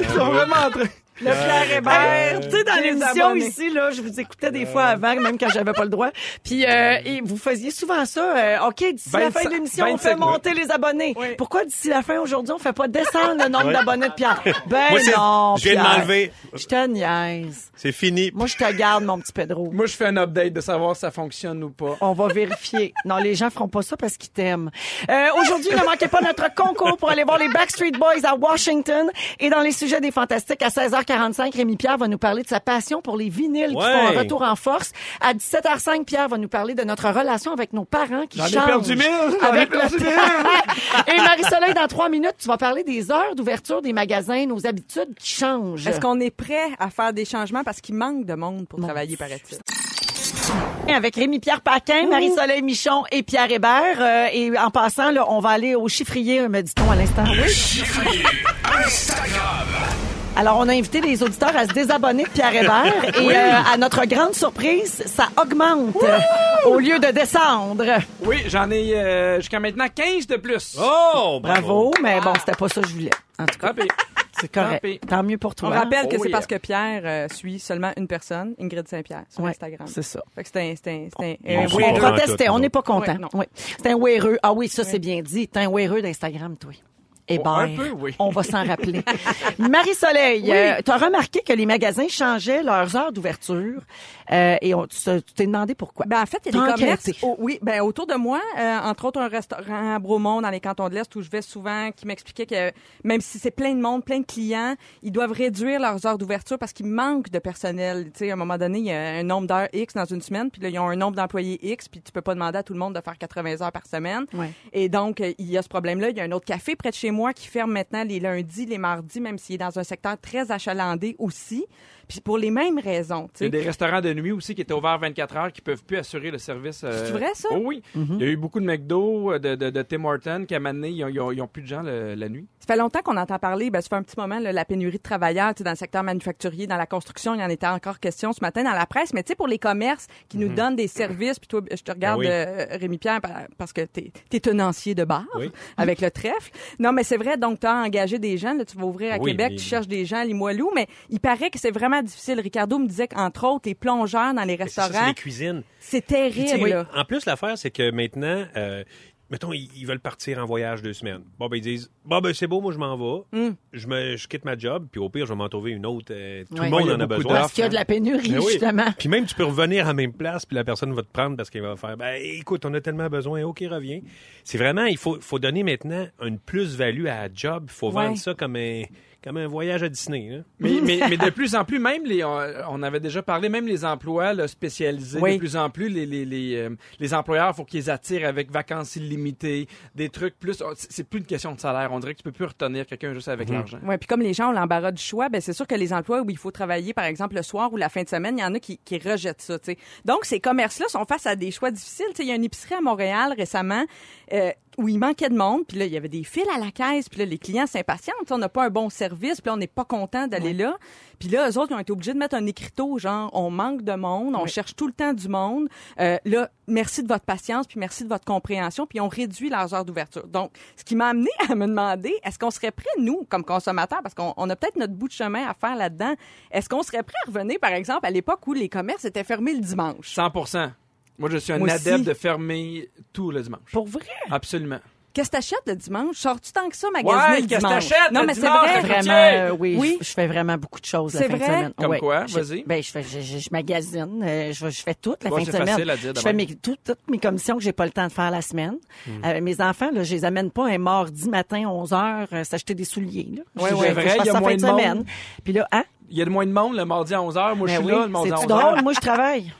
B: Ils sont vraiment en train-
C: Le Pierre Hébert,
A: Tu sais, dans
C: les
A: l'émission
C: abonnés.
A: ici, là, je vous écoutais des fois avant, même quand j'avais pas le droit. Puis, euh, et vous faisiez souvent ça. euh, OK, d'ici la fin
B: 25,
A: de l'émission, on
B: 25,
A: fait monter les abonnés. Pourquoi d'ici la fin aujourd'hui, on fait pas descendre le nombre
D: Ouais.
A: d'abonnés de Pierre? Ben
D: Moi, c'est-
A: non.
D: je viens de
A: Pierre.
D: m'enlever.
A: Je te niaise.
D: C'est fini.
A: Moi, je te garde, mon petit Pedro.
B: Moi, je fais un update de savoir si ça fonctionne ou pas.
A: On va vérifier. Non, les gens feront pas ça parce qu'ils t'aiment. Euh, Aujourd'hui, ne manquez pas notre concours pour aller voir les Backstreet Boys à Washington. Et dans les sujets des fantastiques, à 16h45, Rémi Pierre va nous parler de sa passion pour les vinyles qui
D: Ouais.
A: font un retour en force. À 17h05, Pierre va nous parler de notre relation avec nos parents qui
B: J'en ai
A: changent.
B: perdu mille! J'en ai
A: Avec le
B: perdu
A: temps. Et Marie-Soleil, dans trois minutes, tu vas parler des heures d'ouverture des magasins, nos habitudes qui changent.
C: Est-ce qu'on est prêt à faire des changements parce qu'il manque de monde pour travailler, paraît-il?
A: avec Rémi-Pierre Paquin, Marie-Soleil Michon et Pierre Hébert. Euh, et en passant, là, on va aller au chiffrier, euh, me dit-on à l'instant. Alors, on a invité les auditeurs à se désabonner de Pierre Hébert. Et euh, à notre grande surprise, ça augmente euh, au lieu de descendre.
B: Oui, j'en ai euh, jusqu'à maintenant 15 de plus.
D: Oh,
A: Bravo, mais bon, c'était pas ça que je voulais. En tout cas,
B: Ah, puis-
A: c'est correct.
B: tant pis.
A: Tant mieux pour
C: On
A: toi.
C: rappelle que
B: Oh
C: c'est
B: yeah.
C: parce que Pierre euh, suit seulement une personne, Ingrid Saint-Pierre, sur
A: Ouais,
C: Instagram.
A: c'est ça.
C: Fait que c'est un, c'est un, c'est un,
D: On
C: un
D: se
A: On
D: comprend
C: weirdo.
D: tout,
A: protestait,
D: nous
A: on n'est
D: autres.
A: pas content.
C: Ouais, non.
A: oui. C'est un wéreux. Ah oui, ça c'est bien dit. T'es un wéreux d'Instagram, toi. Hébert.
B: Un peu, oui.
A: On va s'en rappeler. Marie-Soleil, tu as remarqué que les magasins changeaient leurs heures d'ouverture euh, et on, tu te- tu t'es demandé pourquoi.
C: Ben, en fait, il y a des
A: T'as
C: commerces
A: enquêté.
C: au- oui, ben, autour de moi, euh, entre autres un restaurant à Bromont, dans les cantons de l'Est, où je vais souvent, qui m'expliquait que même si c'est plein de monde, plein de clients, ils doivent réduire leurs heures d'ouverture parce qu'il manque de personnel. Tu sais, à un moment donné, il y a un nombre d'heures X dans une semaine, puis là, ils ont un nombre d'employés X, puis tu peux pas demander à tout le monde de faire 80 heures par semaine.
A: Ouais.
C: Et donc, euh, il y a ce problème-là. Il y a un autre café près de chez moi qui ferme maintenant les lundis, les mardis, même s'il est dans un secteur très achalandé aussi, puis pour les mêmes raisons.
B: Il y
C: tu
B: a
C: sais.
B: des restaurants de nuit aussi qui étaient ouverts 24 heures qui peuvent plus assurer le service. euh,
C: C'est-tu vrai, ça?
B: Oh oui. Il y a eu beaucoup de McDo, euh, de, de, de Tim Hortons qui, à un moment donné, ils ont- ils ont, ils ont plus de gens le- la nuit.
C: Ça fait longtemps qu'on entend parler, ben, ça fait un petit moment, là, la pénurie de travailleurs tu sais, dans le secteur manufacturier, dans la construction, il y en était encore question ce matin dans la presse, mais tu sais, pour les commerces qui nous donnent des services, puis toi, je te regarde,
D: Mhm. Ben oui.
C: euh, Rémi-Pierre, par- parce que t'es es tenancier de bar
D: Oui.
C: avec le trèfle. Non, mais c'est vrai, donc tu as engagé des gens, là, tu vas ouvrir à
D: Oui,
C: Québec,
D: mais-
C: tu cherches des gens à Limoilou, mais il paraît que c'est vraiment difficile. Ricardo me disait qu'entre autres, les plongeurs dans les
D: Mais ça, c'est
C: restaurants,
D: les cuisines.
C: c'est
D: Puis, tu sais,
C: terrible. là.
D: En plus, l'affaire, c'est que maintenant, euh, mettons, ils, ils veulent partir en voyage deux semaines. Bon, ben, ils disent, bon, ben, c'est beau, moi, je m'en vais.
C: Mm.
D: Je, me, je quitte ma job, puis au pire, je vais m'en trouver une autre. euh, tout
A: Ouais.
D: le
A: Ouais, il
D: monde
B: y a
D: en a
B: beaucoup
D: besoin.
B: d'offres.
A: Parce qu'il y a de la pénurie,
D: Ben oui.
A: justement.
D: Puis même, tu peux revenir à la même place, puis la personne va te prendre parce qu'elle va faire ben, écoute, on a tellement besoin, OK, reviens. C'est vraiment, il faut, faut donner maintenant une plus-value à la job. Il faut
C: Ouais.
D: vendre ça comme un, comme un voyage à Disney. là.
B: Mais,
C: Mm-hmm.
B: mais, mais de plus en plus, même les, on, on avait déjà parlé, même les emplois là, spécialisés,
C: Oui.
B: de plus en plus, les, les, les, euh, les employeurs, faut qu'ils attirent avec vacances illimitées, des trucs plus. oh, C'est c'est plus une question de salaire. On dirait que tu peux plus retenir quelqu'un juste avec l'argent.
C: Oui, puis comme les gens ont l'embarras du choix, ben c'est sûr que les emplois où il faut travailler, par exemple, le soir ou la fin de semaine, il y en a qui, qui rejettent ça. tu sais. Donc, ces commerces-là sont face à des choix difficiles. Tu sais, Il y a une épicerie à Montréal récemment euh, où il manquait de monde, puis là, il y avait des fils à la caisse, puis là, les clients s'impatientent. tu sais, On n'a pas un bon service, puis là, on n'est pas content d'aller là. Puis là, eux autres, ils ont été obligés de mettre un écriteau, genre, on manque de monde, on cherche tout le temps du monde. Euh, là, merci de votre patience, puis merci de votre compréhension, puis on réduit leurs heures d'ouverture. Donc, ce qui m'a amené à me demander, est-ce qu'on serait prêt, nous, comme consommateurs, parce qu'on on a peut-être notre bout de chemin à faire là-dedans, est-ce qu'on serait prêt à revenir, par exemple, à l'époque où les commerces étaient fermés le dimanche?
B: 100 Moi, je suis un
C: Moi aussi.
B: adepte de fermer tout le dimanche.
A: Pour vrai?
B: Absolument.
C: Qu'est-ce que t'achètes le dimanche? Sors-tu tant que ça magasiner
B: Ouais,
C: le
B: qu'est-ce que
C: dimanche?
B: t'achètes
C: non,
B: le
C: mais c'est
B: dimanche,
C: vrai.
B: le
A: Vraiment,
B: Routier.
A: euh, oui,
C: Oui.
A: Je, je fais vraiment beaucoup de choses la
C: C'est
A: fin de
C: vrai?
A: semaine.
B: Comme
A: Ouais.
B: quoi?
A: Je-
B: Vas-y.
A: Ben, je, fais, je, je- je magasine, euh, je, je fais tout la
B: Ouais,
A: fin de
B: c'est
A: semaine.
B: facile à dire de
A: je fais
B: même. Hmm.
A: mes, tout- toutes mes commissions que j'ai pas le temps de faire la semaine. Euh, mes enfants, là, je les amène pas un mardi matin 11 h s'acheter des souliers. Là.
B: Ouais,
A: Je-
B: ouais.
A: je-
B: Vrai,
A: je fais
B: il y a
A: ça la
B: moins
A: fin de
B: de monde.
A: semaine. Puis là, hein?
B: Il y a de moins de monde le mardi à 11h. Moi, je
A: Ben
B: suis
A: oui,
B: là le mardi à
A: c'est-tu
B: 11h.
A: drôle? Moi, je travaille.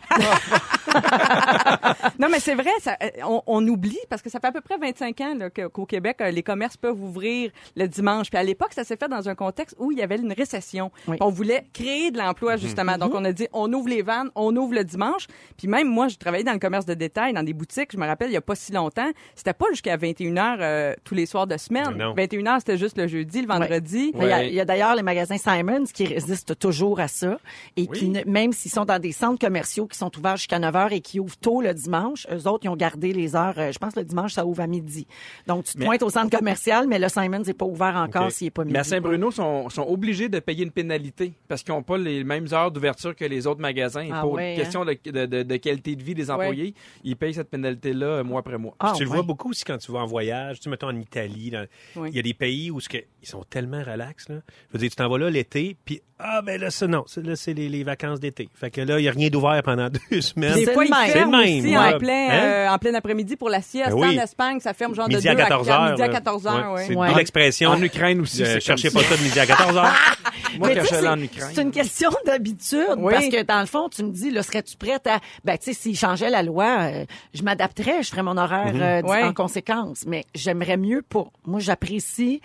C: Non, mais c'est vrai, ça, euh, on, on oublie parce que ça fait à peu près 25 ans là, que- qu'au Québec, euh, les commerces peuvent ouvrir le dimanche. Puis à l'époque, ça s'est fait dans un contexte où il y avait une récession.
A: Oui. Mhm.
C: Puis On voulait créer de
D: Mhm.
C: l'emploi, justement. Donc, on a dit, on ouvre les vannes, on ouvre le dimanche. Puis même moi, je travaillais dans le commerce de détail, dans des boutiques, je me rappelle, il n'y a pas si longtemps. C'était pas jusqu'à 21 h euh, tous les soirs de semaine.
D: Non.
C: 21 h c'était juste le jeudi, le vendredi.
A: Mais Ben, Il y a-
B: Ouais.
A: il y a, d'ailleurs les magasins Simons qui résistent toujours à ça et qui, ne- même s'ils sont dans des centres commerciaux qui sont ouverts jusqu'à 9 h et qui ouvrent tôt le dimanche, eux autres, ils ont gardé les heures. euh, Je pense que le dimanche, ça ouvre à midi. Donc, tu te pointes au centre commercial, mais le Simons n'est pas ouvert encore
D: Ok.
A: s'il n'est pas midi.
B: Mais à Saint-Bruno, sont, sont obligés de payer une pénalité parce qu'ils n'ont pas les mêmes heures d'ouverture que les autres magasins.
A: Ah
B: pour
A: ouais,
B: une question de, de- de- de qualité de vie des employés, ils payent cette pénalité-là euh, mois après mois.
A: Ah,
D: Puis tu le
A: ouais.
D: vois beaucoup aussi quand tu vas en voyage. Tu sais, mettons en Italie, dans-
C: Oui.
D: il y a des pays où ce que- ils sont tellement relax. Là. Je veux dire, tu t'en vas là l'été, puis ah, ben là, ça, non, ça, là, c'est les, les vacances d'été. Fait que là, il n'y a rien d'ouvert pendant deux semaines.
C: Des
A: C'est
C: fois,
A: le
C: ils
A: même.
C: ferment
D: C'est le
C: aussi
D: même,
C: en
D: ouais.
C: plein,
D: Hein?
C: euh, en plein après-midi pour la sieste.
D: Ben oui.
C: En Espagne, ça ferme genre
D: Midi
C: de
D: à
C: 2 à
D: 14 heures.
C: midi à
D: là.
C: 14 heures.
D: Ouais,
C: ouais.
D: C'est
A: Ouais.
D: une l'expression.
B: En Ukraine aussi,
D: Euh,
B: c'est comme
D: cherchez
B: ça.
D: pas ça de midi à 14 heures.
B: Moi,
A: Mais tu
B: quand je suis
A: sais,
B: allé en
A: c'est-
B: Ukraine.
A: c'est une question d'habitude.
C: Oui.
A: Parce que dans le fond, tu me dis, là, serais-tu prête à. Ben, tu sais, s'ils changeaient la loi, euh, je m'adapterais, je ferais mon horaire euh, d-
C: Mm-hmm. Ouais.
A: en conséquence. Mais j'aimerais mieux pour. Moi, j'apprécie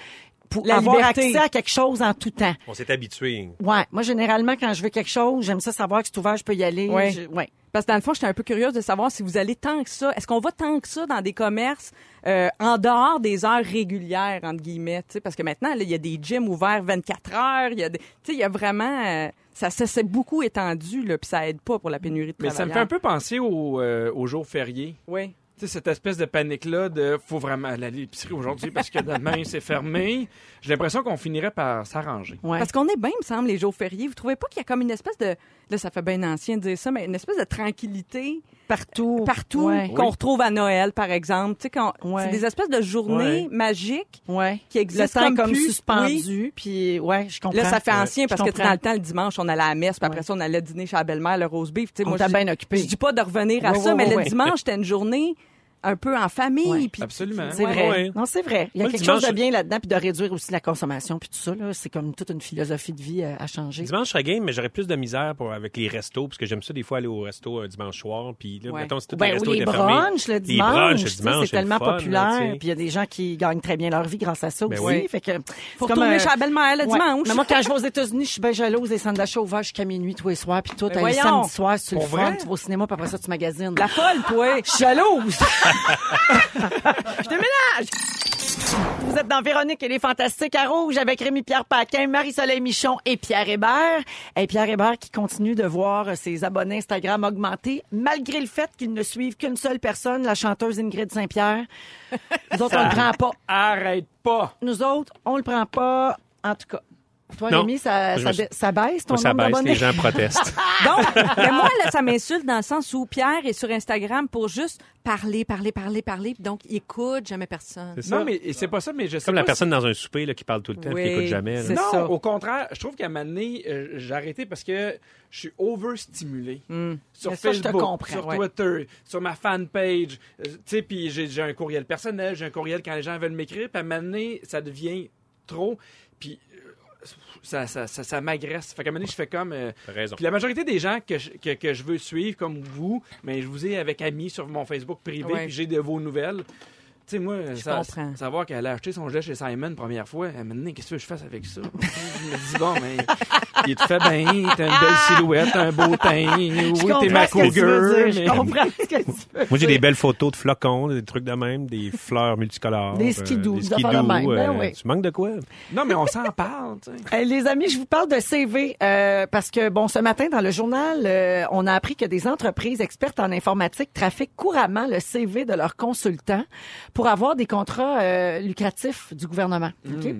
A: pour
C: La
A: avoir
C: liberté.
A: accès à quelque chose en tout temps.
D: On s'est habitué.
A: Ouais. Moi, généralement, quand je veux quelque chose, j'aime ça savoir que c'est ouvert, je peux y aller.
C: Ouais.
A: Je- ouais.
C: Parce que dans le fond, j'étais un peu curieuse de savoir si vous allez tant que ça. Est-ce qu'on va tant que ça dans des commerces euh, en dehors des heures régulières, entre guillemets? tu sais, Parce que maintenant, là, il y a des gyms ouverts 24 heures. Il y a, des- tu sais, il y a vraiment... euh, ça ça s'est beaucoup étendu, là, puis ça aide pas pour la pénurie de
B: Mais
C: travailleurs.
B: ça me fait un peu penser au, euh, au jour férié.
C: Oui.
B: Tu sais, cette espèce de panique-là de faut vraiment aller à l'épicerie aujourd'hui parce que demain c'est fermé. J'ai l'impression qu'on finirait par s'arranger.
A: Ouais.
C: Parce qu'on est bien, il me semble, les jours fériés. Vous trouvez pas qu'il y a comme une espèce de... Là, ça fait bien ancien de dire ça, mais une espèce de tranquillité
A: Euh, partout.
C: partout
A: Ouais.
C: qu'on retrouve à Noël, par exemple. Tu sais, quand-
A: Ouais.
C: c'est des espèces de journées
D: Ouais.
C: magiques
A: Ouais.
C: qui
A: Le
C: existent
A: temps
C: comme,
A: comme,
C: plus. Oui.
A: suspendu, puis ouais, je comprends.
C: Là, ça fait ancien
A: Ouais,
C: parce
A: je
C: que tu sais,
A: comprends.
C: dans le temps, le dimanche, on allait à la messe, puis après
A: Ouais.
C: ça, on allait dîner chez la belle-mère, le roast beef. Tu sais,
A: On
C: moi,
A: était
C: je-
A: bien occupé.
C: Je dis pas de revenir à
A: Ouais,
C: ça,
A: ouais,
C: mais
A: ouais,
C: le
A: ouais.
C: dimanche, c'était une journée un peu en famille.
A: Ouais.
C: puis-
B: Absolument.
A: C'est vrai.
D: Ah Ouais.
A: Non, c'est vrai. Il y a
D: Moi, le
A: quelque chose de
D: dimanche-
A: bien là-dedans, puis de réduire aussi la consommation, puis tout ça. là. C'est comme toute une philosophie de vie euh, à changer.
D: Dimanche, je serais game, mais j'aurais plus de misère pour, avec les restos, parce que j'aime ça des fois aller au resto un dimanche soir. Puis là,
C: Ouais.
D: mettons, si tous les
A: Ben,
D: restos
A: ou les
D: étaient fermés,
A: brunchs le
D: les
A: dimanche,
D: brunchs le
A: tu sais,
D: dimanche,
A: c'est tellement
D: le fun, là,
A: populaire.
D: tu sais.
A: Puis il y a des gens qui gagnent très bien leur vie grâce à ça
D: Ben
A: aussi.
D: oui.
A: Fait que
C: Faut
A: c'est comme
C: retourner
A: un-
C: chez la belle-mère le
A: Ouais.
C: dimanche.
A: Mais moi, quand je vais aux États-Unis, je suis bien jalouse des sandwichs ouverts jusqu'à minuit tous les soirs, puis tout.
C: Ben
A: Hey,
C: voyons.
A: le samedi soir, c'est le
D: Pour
A: fun,
D: vrai?
A: tu vas au cinéma, puis après ça, tu magasines.
C: La folle, toi!
A: Je suis jalouse. je déménage. Vous êtes dans Véronique et les Fantastiques à Rouge avec Rémi-Pierre Paquin, Marie-Soleil Michon et Pierre Hébert. Et Pierre Hébert qui continue de voir ses abonnés Instagram augmenter malgré le fait qu'ils ne suivent qu'une seule personne, la chanteuse Ingrid Saint-Pierre. Nous autres, on le prend pas.
B: Arrête pas.
A: Nous autres, on le prend pas. En tout cas. Toi,
D: Non.
A: Rémi, ça,
D: Moi, je
A: ça,
D: me suis-
A: ba- ça baisse ton
D: Moi, ça
A: nombre
D: baisse,
A: d'abonnés?
D: les gens protestent.
C: Donc, mais moi, là, ça m'insulte dans le sens où Pierre est sur Instagram pour juste parler, parler, parler, parler. puis Donc, il écoute jamais personne.
D: C'est ça.
B: Non, mais et c'est pas ça, mais je sais
D: Comme
B: pas si-
D: la personne dans un souper là, qui parle tout le temps et
C: Oui,
D: qui n'écoute jamais. là.
C: c'est
B: Non,
C: ça.
B: au contraire, je trouve qu'à un moment donné, euh, j'ai arrêté parce que je suis overstimulé. Sur
A: Hmm. Mais ça, je te
B: Facebook,
A: comprends,
B: sur
A: ouais.
B: Twitter, sur ma fanpage. euh, tu sais, puis j'ai j'ai un courriel personnel, j'ai un courriel quand les gens veulent m'écrire. Puis à un moment donné, ça devient trop. Puis euh, ça, ça, ça, ça m'agresse. Fait qu'à un moment donné, je fais comme... euh,
D: T'as raison.
B: puis la majorité des gens que je, que, que je veux suivre, comme vous, mais je vous ai avec amis sur mon Facebook privé,
C: Ouais.
B: puis j'ai de vos nouvelles. Tu sais, moi, sa-
C: comprends.
B: savoir qu'elle a acheté son jet chez Simon première fois, elle m'a dit, qu'est-ce que je fasse avec ça? je me dis, bon, mais il te fait bien, t'as une belle silhouette, t'as un beau teint,
A: Je
B: oui,
A: comprends
B: t'es ma
A: ce que tu veux dire, Je
B: cougar. mais-
A: comprends ce que tu veux
D: Moi, j'ai des belles photos de flocons, des trucs de même, des fleurs multicolores.
A: Des
D: euh,
A: skidoo,
D: des
A: des affaires de
D: skidoo, euh,
A: même, ben oui.
D: Tu manques de quoi?
B: Non, mais on s'en parle, tu sais.
A: Euh, les amis, je vous parle de CV euh, parce que bon, ce matin dans le journal, euh, on a appris que des entreprises expertes en informatique trafiquent couramment le CV de leurs consultants pour avoir des contrats euh, lucratifs du gouvernement. OK?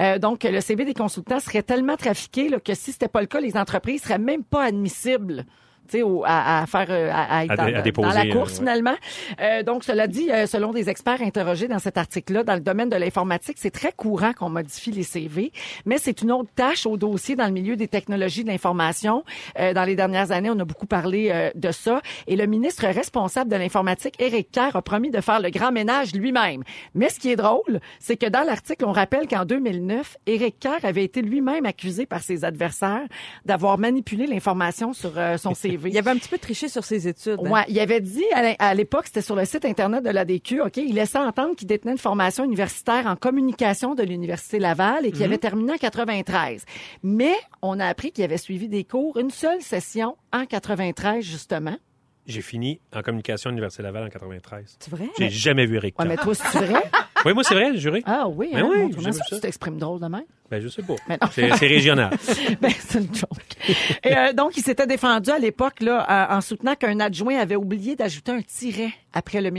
A: Euh, donc le CV des consultants serait tellement trafiqué là, que si c'était pas le cas, les entreprises seraient même pas admissibles. tu sais, au- à, à faire euh, à, à être
D: À dé- à
A: dans- dans
D: déposer,
A: la
D: euh,
A: course
D: ouais.
A: finalement. Euh, donc, cela dit, euh, selon des experts interrogés dans cet article-là, dans le domaine de l'informatique, c'est très courant qu'on modifie les CV, mais c'est une autre tâche au dossier dans le milieu des technologies de l'information. Euh, dans les dernières années, on a beaucoup parlé euh, de ça, et le ministre responsable de l'informatique, Éric Kerr, a promis de faire le grand ménage lui-même. Mais ce qui est drôle, c'est que dans l'article, on rappelle qu'en 2009, Éric Kerr avait été lui-même accusé par ses adversaires d'avoir manipulé l'information sur euh, son CV.
C: Il avait un petit peu triché sur ses études. hein.
A: Ouais, il avait dit à l'in- à l'époque, c'était sur le site internet de l'ADQ, OK, il laissait entendre qu'il détenait une formation universitaire en communication de l'Université Laval et qu'il avait terminé en 93. Mais on a appris qu'il avait suivi des cours, une seule session en 93 justement.
D: J'ai fini en communication à l'Université Laval en 93.
C: C'est vrai?
D: J'ai jamais vu Eric.
A: Ouais, mais
D: Carr.
A: toi, c'est vrai
D: Oui, moi, c'est vrai, juré.
A: Ah oui,
D: Mais
A: hein,
D: oui,
A: mon Dieu,
D: j'ai
A: comment
D: vu
A: ça,
D: ça.
A: tu t'exprimes drôle de même.
D: Ben, je sais pas.
A: Mais non.
D: C'est c'est régional.
A: Ben, c'est une joke. Et euh, donc, il s'était défendu à l'époque là, euh, en soutenant qu'un adjoint avait oublié d'ajouter un tiret après le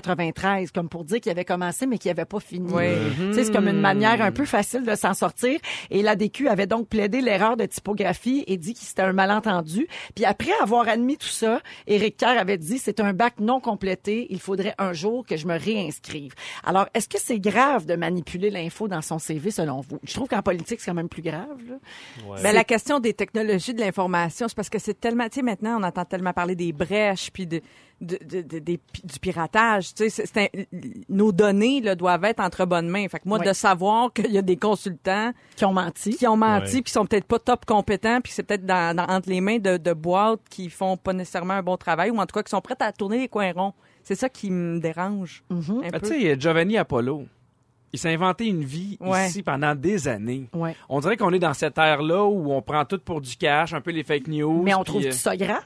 A: 1993, comme pour dire qu'il avait commencé mais qu'il n'avait pas fini.
C: Oui.
A: Tu sais, C'est comme une manière un peu facile de s'en sortir. Et l'ADQ avait donc plaidé l'erreur de typographie et dit que c'était un malentendu. Puis après avoir admis tout ça, Éric Kerr avait dit c'est un bac non complété, il faudrait un jour que je me réinscrive. Alors, est-ce que c'est grave de manipuler l'info dans son CV selon vous? Je trouve qu'en politique, c'est quand même plus grave. Là.
C: Ben, la question des technologies de l'information, c'est parce que c'est tellement, tu sais, maintenant, on entend tellement parler des brèches, puis de, de- de- de- des- du piratage, tu sais, c'est- c'est un- nos données, là, doivent être entre bonnes mains. Fait que moi,
A: Ouais.
C: de savoir qu'il y a des consultants
A: qui ont menti.
C: qui ont menti,
D: Ouais.
C: puis qui sont peut-être pas top compétents, puis c'est peut-être dans, dans- entre les mains de, de boîtes qui font pas nécessairement un bon travail, ou en tout cas qui sont prêtes à tourner les coins ronds. C'est ça qui me dérange. un
B: Ah,
C: peu.
B: tu sais, Giovanni Apollo, il s'est inventé une vie
C: Ouais.
B: ici pendant des années.
A: Ouais.
B: On dirait qu'on est dans cette ère-là où on prend tout pour du cash, un peu les fake news.
A: Mais on
B: puis,
A: trouve
B: euh,
A: ça grave?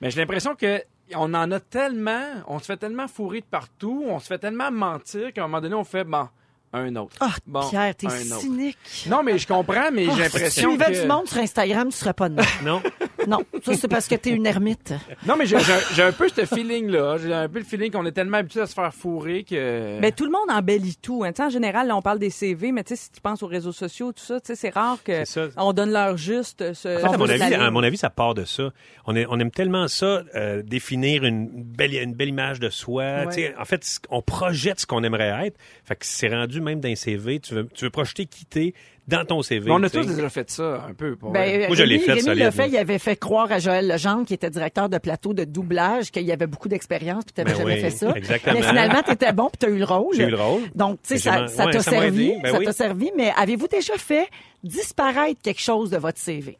B: Mais j'ai l'impression que on en a tellement, on se fait tellement fourrer de partout, on se fait tellement mentir qu'à un moment donné, on fait bon, un autre.
A: Ah,
B: bon,
A: Pierre, t'es Oh,
B: un autre.
A: cynique.
B: Non, mais je comprends, mais j'ai
A: Si
B: l'impression
A: tu
B: que
A: du monde sur Instagram, tu serais pas de même.
D: Non.
A: Non, ça, c'est parce que t'es une ermite.
B: Non, mais j'ai- j'ai j'ai un peu ce feeling-là. J'ai un peu le feeling qu'on est tellement habitué à se faire fourrer que.
C: Mais Ben, tout le monde embellit tout. Hein. Tu sais, En général, là, on parle des CV, mais tu sais, si tu penses aux réseaux sociaux, tout ça, tu sais, c'est rare que
D: C'est ça.
C: on donne leur juste. euh, Ce,
D: En fait, à, mon
C: ce-
D: avis,
C: la-
D: à mon avis, ça part de ça. On, est- on aime tellement ça, euh, définir une belle, une belle image de soi. Tu sais, En fait, c- on projette ce qu'on aimerait être. Fait que c'est rendu même dans un CV. Tu veux, tu veux projeter qui t'es dans ton CV.
B: Mais on a
D: tu sais.
B: tous déjà fait ça, un peu. pour vrai.
A: Ben,
D: Moi, je l'ai
A: Rémi-
D: fait,
A: Rémi
D: solide,
A: l'a fait,
D: là.
A: il avait fait croire à Joël Legendre, qui était directeur de plateau de doublage, qu'il y avait beaucoup d'expérience, puis tu n'avais
D: Ben
A: jamais
D: oui,
A: fait ça.
D: exactement.
A: Mais finalement, tu étais bon, puis tu as eu le rôle.
D: J'ai eu le rôle.
A: Donc, tu sais,
D: Mais
A: ça
D: j'ai-
A: ça
D: ouais,
A: t'a
D: ça m'a
A: servi,
D: aidé. Ben
A: ça
D: oui.
A: t'a servi, mais avez-vous déjà fait disparaître quelque chose de votre CV?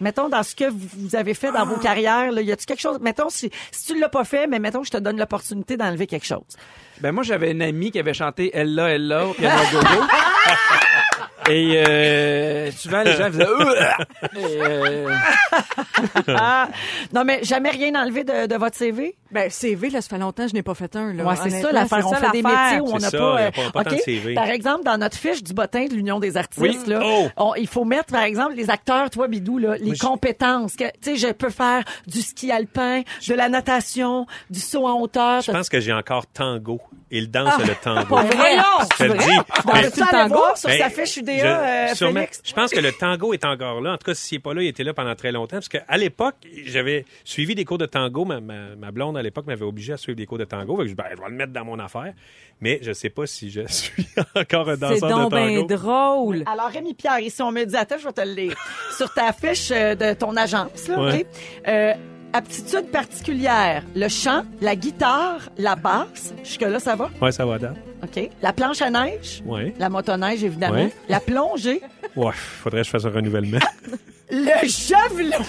A: Mettons, dans ce que vous- vous avez fait dans vos
D: Ah!
A: carrières, là, y a-tu quelque chose? Mettons, si, si tu l'as pas fait, mais mettons, je te donne l'opportunité d'enlever quelque chose.
B: Ben, moi, j'avais une amie qui avait chanté Ella, Ella au piano gogo. Et euh, souvent, les gens faisaient. Ouh! Et, euh,
A: Ah, non, mais jamais rien enlevé de, de votre CV?
C: Ben, CV, là, ça fait longtemps que je n'ai pas fait un. Là.
A: Ouais, c'est ça
C: Honnêtement,
A: l'affaire.
C: c'est
A: On
C: ça,
A: fait des
C: l'affaire.
A: métiers où on
D: C'est
A: n'a
D: ça,
A: pas.
D: il y a
A: euh,
D: pas- pas tant de
A: OK?
D: CV.
A: Par exemple, dans notre fiche du bottin de l'Union des artistes,
B: Oui.
A: là,
D: Oh!
A: on- il faut mettre, par exemple, les acteurs, toi, Bidou, là, les compétences. que- Tu sais, je peux faire du ski alpin, de la natation, du saut en hauteur.
D: Je pense que j'ai encore tango. Il danse le tango.
A: Pas vrai.
D: Je te le dis.
A: On
D: Mais-
A: peut-tu
C: le
A: aller
C: tango?
A: voir sur
D: Ben,
A: sa fiche UDA,
D: je-
A: euh,
D: sûrement.
A: Félix?
D: Je pense que le tango est encore là. En tout cas, s'il n'est pas là, il était là pendant très longtemps. Parce qu'à l'époque, j'avais suivi des cours de tango. Ma, ma- ma blonde, à l'époque, m'avait obligé à suivre des cours de tango. Fait que je, ben, je vais le mettre dans mon affaire. Mais je ne sais pas si je suis encore un
C: C'est
D: danseur de
C: donc bien
D: tango. Ah.
C: drôle.
A: Alors, Rémi Pierre, ici, on me dit, attends, je vais te le lire. Sur ta fiche euh, de ton agence, là,
D: Ouais.
A: OK? Euh, aptitude particulière, le chant, la guitare, la basse. Jusque-là, ça va?
D: ouais, ça va, Dan.
A: OK. La planche à neige.
D: Ouais.
A: La motoneige, évidemment.
D: Ouais.
A: La plongée.
D: Ouais, faudrait que je fasse un renouvellement.
A: Le javelot.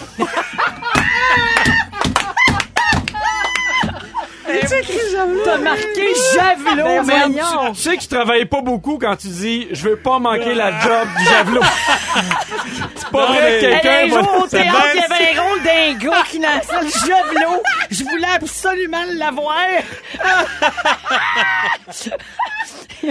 A: T'as marqué javelot,
B: Ben, man,
A: voyons.
B: tu, tu sais que tu travailles pas beaucoup quand tu dis je veux pas manquer la job du javelot. C'est pas
D: Non,
B: vrai
D: mais-
B: que Ah, quelqu'un
A: Hey, un jour,
B: va.
A: au théâtre, il y avait un rôle d'un gars qui lançait le javelot. Je voulais absolument l'avoir. Il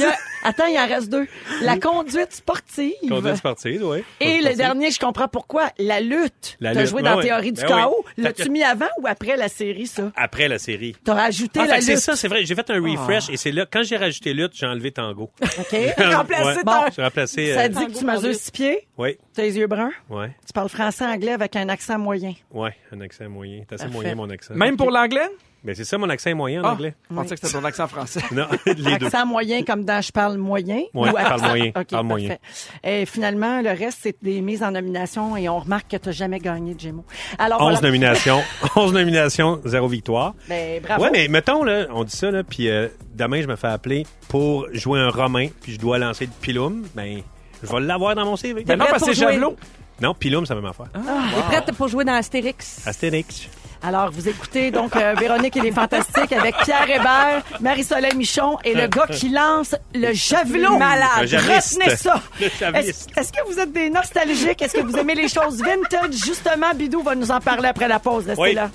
A: y a- Attends, il en reste deux. La conduite sportive.
D: Conduite sportive, oui.
A: Et le dernier, je comprends pourquoi, la lutte.
D: La
A: T'as
D: lutte,
A: joué
D: ben
A: dans
D: oui.
A: Théorie du
D: Ben oui.
A: chaos.
D: Fait
A: L'as-tu
D: que-
A: mis avant ou après la série, ça?
D: Après la série.
A: T'as rajouté
D: Ah, fait
A: la
D: que c'est
A: lutte. Ah.
D: ça, c'est vrai. J'ai fait un refresh et c'est là, quand j'ai rajouté lutte, j'ai enlevé tango.
A: OK.
D: remplacé
A: Bon,
D: J'ai remplacé.
A: ça
D: euh,
A: dit que tu mesures six pieds,
D: Oui,
A: t'as les yeux bruns,
D: oui,
A: tu parles français-anglais avec un accent moyen.
D: oui, un accent moyen. T'as assez
A: Parfait.
D: moyen, mon accent.
B: Même pour l'anglais?
D: Mais Ben, c'est ça, mon accent est moyen en
B: Ah,
D: anglais.
B: Je pensais que c'était ton accent français.
D: Non, les deux.
A: accent moyen comme dans Je parle moyen.
D: Ouais,
A: ou
D: je parle
A: accent-
D: moyen,
A: OK,
D: parle moyen.
A: parfait. Et finalement, le reste, c'est des mises en nomination et on remarque que t'as jamais gagné de Gémeaux. Alors,
D: 11
A: voilà.
D: nominations, 11 nominations, 0 victoire.
A: Ben, bravo.
D: Ouais, mais mettons, là, on dit ça, là, puis euh, demain, je me fais appeler pour jouer un Romain, puis je dois lancer de Piloum, ben, je vais l'avoir dans mon CV.
B: Ben non,
C: prêt
B: parce que
C: pour
B: c'est
C: jouer?
B: javelot.
D: Non, Piloum, ça va m'en faire.
C: T'es prête pour jouer dans Astérix?
D: Astérix.
A: Alors, vous écoutez donc euh, Véronique et les Fantastiques avec Pierre Hébert, Marie-Soleil Michon et le gars qui lance le javelot.
C: Malade.
D: Le javiste.
A: Retenez ça.
D: Le
A: Est-ce
D: javiste.
A: est-ce que vous êtes des nostalgiques? Est-ce que vous aimez les choses vintage? Justement, Bidou va nous en parler après la pause. Restez
D: Oui.
A: là.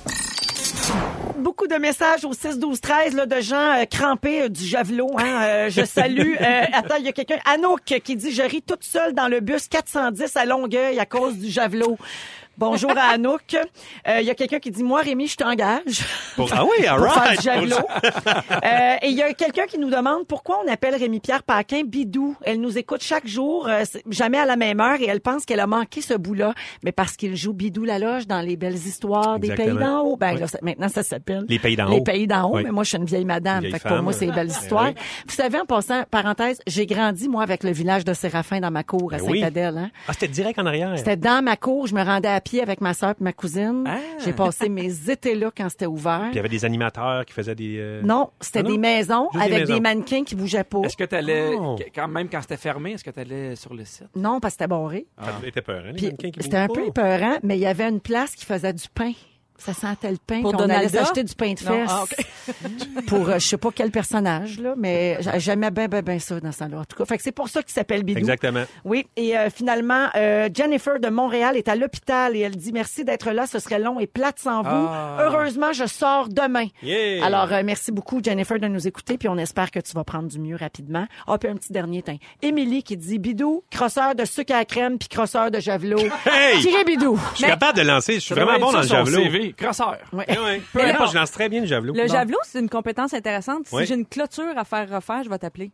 A: Beaucoup de messages au 6 12 13 là, de gens euh, crampés euh, du javelot. Hein, Euh, je salue. euh, attends, il y a quelqu'un, Anouk, qui dit je ris toute seule dans le bus 410 à Longueuil à cause du javelot. Bonjour à Anouk. Euh, Il y a quelqu'un qui dit moi Rémi, je t'engage
D: Pour- Ah oui, all
A: pour faire
D: right.
A: du javelot. Euh, et il y a quelqu'un qui nous demande pourquoi on appelle Rémi-Pierre Paquin Bidou. Elle nous écoute chaque jour, euh, c'est- jamais à la même heure, et elle pense qu'elle a manqué ce bout-là. Mais parce qu'il joue Bidou la loge dans les belles histoires des
D: Exactement.
A: pays d'en haut. Ben,
D: Oui.
A: là, ça- maintenant, ça s'appelle...
D: Les pays d'en
A: Les
D: haut.
A: pays d'en haut,
D: Oui.
A: mais moi, je suis une vieille madame.
D: Une vieille
A: fait que pour
D: femme.
A: moi, c'est les belles
D: Ben
A: histoires.
D: oui.
A: Vous savez, en passant, parenthèse, j'ai grandi, moi, avec le village de Séraphin dans ma cour à
D: Ben oui.
A: Saint-Adèle. Hein?
D: Ah, c'était direct en arrière.
A: C'était dans ma cour, je me rendais à pied avec ma sœur et ma cousine. J'ai passé mes étés là quand c'était ouvert.
D: Ah. Puis il y avait des animateurs qui faisaient des. euh,
A: Non, c'était
D: Ah non?
A: des maisons
D: Juste des
A: avec des,
D: maisons.
A: mannequins qui bougeaient pas.
B: Est-ce que t'allais,
D: Oh.
B: qu- quand même quand c'était fermé, est-ce que t'allais sur le site?
A: Non, parce que c'était barré.
D: Ça était peur, hein, les
A: Puis
D: mannequins qui
A: c'était un
D: bougent
A: peu
D: pas.
A: épeurant, mais il y avait une place qui faisait du pain. Ça sentait le pain.
C: Pour
A: Pour on allait
C: Donalda?
A: s'acheter du pain de
C: Non,
A: fesses.
C: ah,
A: pour euh, je sais pas quel personnage, là, mais j'a- j'aimais bien, bien, bien ça dans ce temps-là. En tout cas, fait que c'est pour ça qu'il s'appelle Bidou.
D: Exactement.
A: Oui, et euh, finalement, euh, Jennifer de Montréal est à l'hôpital et elle dit merci d'être là, ce serait long et plate sans vous.
B: Ah.
A: Heureusement, je sors demain.
D: Yeah.
A: Alors, euh, merci beaucoup, Jennifer, de nous écouter, puis on espère que tu vas prendre du mieux rapidement. Ah, puis un petit dernier teint. Émilie qui dit Bidou, crosseur de sucre à la crème, puis crosseur de javelot.
D: Hey!
A: Tirez Bidou.
D: Je suis capable de lancer. Je suis vraiment bon dans le javelot.
B: CV, crosseur.
A: Ouais.
D: Eh ouais. Peu
C: Mais
D: importe,
C: non.
D: je lance très bien le javelot.
C: Le
D: Bon.
C: javelot, c'est une compétence intéressante. Si
D: Oui.
C: j'ai une clôture à faire refaire, je vais t'appeler.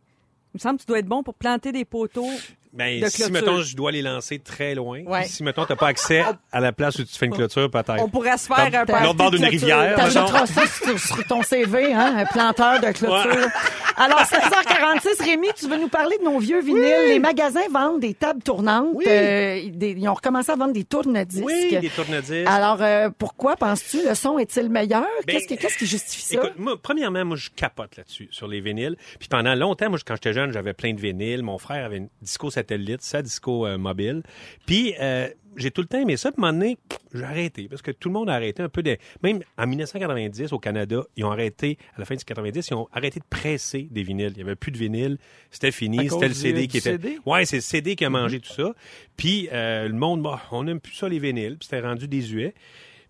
C: Il me semble que tu dois être bon pour planter des poteaux.
D: Ben,
C: de
D: si,
C: clôture.
D: mettons, je dois les lancer très loin,
C: Ouais.
D: si, mettons, t'as pas accès à la place où tu fais une clôture, peut-être.
C: On pourrait se faire
D: Dans-
C: un
D: l'autre bord d'une rivière. mettons.
A: T'ajouteras ça sur, sur ton CV, hein, un planteur de clôture. Alors, 16h46, Rémi, tu veux nous parler de nos vieux vinyles. Les magasins vendent des tables tournantes. Euh, des- ils ont recommencé à vendre des tourne-disques.
D: Oui, des tourne-disques. Ben,
A: Alors, euh, pourquoi penses-tu le son est-il meilleur? Qu'est-ce qui, qu'est-ce qui justifie ça?
D: Écoute, moi, premièrement, moi, je capote là-dessus, sur les vinyles. Puis pendant longtemps, moi, je- quand j'étais jeune, j'avais plein de vinyles. Mon frère avait une disco satellite, sa disco euh, mobile. Puis euh, j'ai tout le temps aimé ça. Puis à un moment donné, j'ai arrêté, parce que tout le monde a arrêté un peu de... Même en 1990, au Canada, ils ont arrêté, à la fin du 90, ils ont arrêté de presser des vinyles. Il n'y avait plus de vinyles. C'était
B: À
D: fini.
B: cause
D: C'était le
B: du-
D: CD
B: du
D: qui était...
B: CD?
D: Ouais, c'est le CD
B: Mm-hmm.
D: qui a mangé tout ça. Puis euh, le monde, bah, on n'aime plus ça, les vinyles. Puis c'était rendu désuet.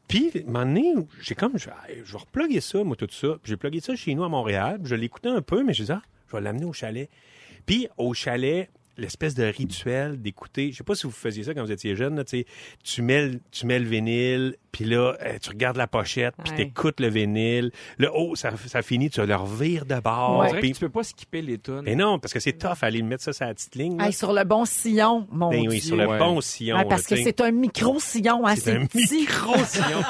D: Puis, à un moment donné, j'ai comme, je, hey, je vais repluguer ça, moi, tout ça. Puis j'ai plugué ça chez nous à Montréal. Je l'écoutais un peu, mais je disais, ah, je vais l'amener au chalet. Puis, au chalet, l'espèce de rituel d'écouter, je sais pas si vous faisiez ça quand vous étiez jeune, là, tu sais, tu mets, le- tu mets le vinyle, puis là, euh, tu regardes la pochette, puis
C: Ouais.
D: t'écoutes le vinyle. Là, oh, ça, ça finit, tu le revires de bord.
B: On dirait
D: puis-
B: que tu peux pas skipper les tonnes.
D: mais non, parce que c'est tough aller mettre ça sur la petite ligne. là.
A: Hey, sur le bon sillon, mon
D: Ben
A: Dieu.
D: oui, sur le
B: Ouais.
D: bon sillon.
A: Ouais,
D: là,
A: parce que
D: tu sais.
A: c'est un micro-sillon assez
D: un
A: petit.
D: micro-sillon.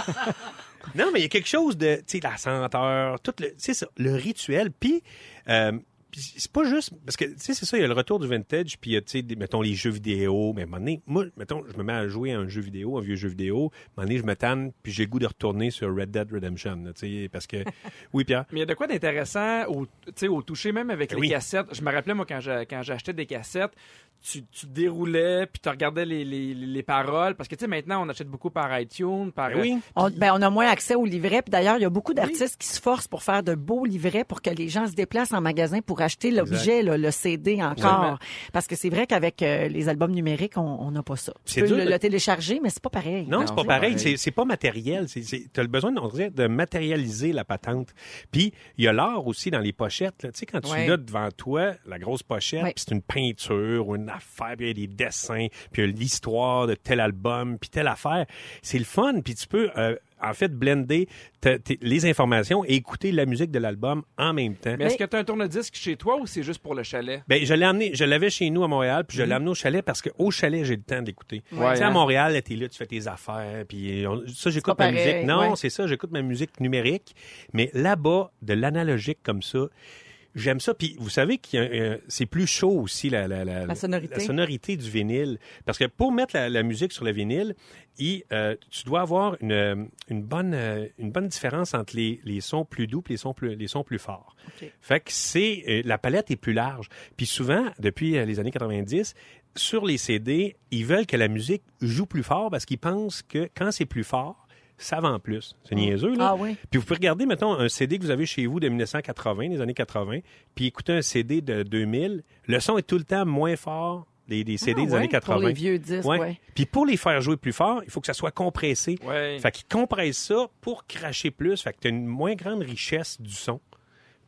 D: non, mais il y a quelque chose de, tu sais, la senteur, tout le, tu sais, ça, le rituel, puis... euh, puis c'est pas juste parce que tu sais c'est ça il y a le retour du vintage puis il y a, tu sais des- mettons les jeux vidéo mais à un moment donné, moi mettons je me mets à jouer à un jeu vidéo un vieux jeu vidéo à un moment donné je me tanne puis j'ai le goût de retourner sur Red Dead Redemption là, tu sais parce que oui Pierre
B: Mais il y a de quoi d'intéressant au, tu sais, au toucher, même avec
D: Ben
B: les
D: oui.
B: cassettes. Je me rappelais, moi, quand j'a- quand j'achetais des cassettes, tu, tu déroulais, puis tu regardais les, les, les paroles. Parce que, tu sais, maintenant, on achète beaucoup par iTunes, par... euh,
D: Ben oui
A: On, ben, on a moins accès aux livrets. Puis d'ailleurs, il y a beaucoup d'artistes qui se forcent pour faire de beaux livrets pour que les gens se déplacent en magasin pour acheter l'objet, là, le CD encore.
B: Absolument.
A: Parce que c'est vrai qu'avec euh, les albums numériques, on on n'a pas ça. Tu
D: C'est
A: peux
D: dur
A: le,
D: de-
A: le télécharger, mais c'est pas pareil.
D: Non, c'est pas
B: c'est
D: pareil.
B: pareil.
D: C'est- C'est pas matériel. Tu as le besoin, on dirait, de matérialiser la patente. Puis, il y a l'art aussi dans les pochettes. là. Tu sais, quand tu
C: Ouais.
D: l'as devant toi, la grosse pochette,
A: Ouais.
D: puis c'est une peinture ou une affaire, puis il y a des dessins, puis il y a l'histoire de tel album, puis telle affaire. C'est le fun. Puis tu peux... euh, en fait, blender ta- tes- les informations et écouter la musique de l'album en même temps.
B: Mais est-ce que tu as un tourne-disque chez toi ou c'est juste pour le chalet?
D: Ben, je l'ai amené, je l'avais chez nous à Montréal, puis je l'ai amené au chalet parce qu'au chalet, j'ai le temps de l'écouter.
B: Ouais,
D: tu sais, à
B: hein.
D: Montréal, là, t'es là, tu fais tes affaires, puis on- ça, j'écoute
A: pas
D: ma
A: pareil,
D: musique. Non,
A: ouais.
D: c'est ça, j'écoute ma musique numérique. Mais là-bas, de l'analogique comme ça, j'aime ça. Puis vous savez que euh, c'est plus chaud aussi, la, la, la,
C: La sonorité.
D: la sonorité du vinyle. Parce que pour mettre la, la musique sur le vinyle, il, euh, tu dois avoir une, euh, une, bonne, euh, une bonne différence entre les, les sons plus doux et les sons plus, les sons plus forts. Fait que c'est euh, la palette est plus large. Puis souvent, depuis euh, les années 90, sur les CD, ils veulent que la musique joue plus fort parce qu'ils pensent que quand c'est plus fort, ça vend plus. C'est niaiseux, là.
A: Ah oui.
D: Puis vous pouvez regarder, mettons, un CD que vous avez chez vous de 1980, des années 80, puis écouter un CD de 2000. Le son est tout le temps moins fort des, des CD
A: Ah
D: des
A: ouais,
D: années
A: pour
D: 80.
A: les vieux disques, ouais.
D: Puis pour les faire jouer plus fort, il faut que ça soit compressé.
B: Ouais.
D: Fait qu'ils compressent ça pour cracher plus. Fait que t'as une moins grande richesse du son.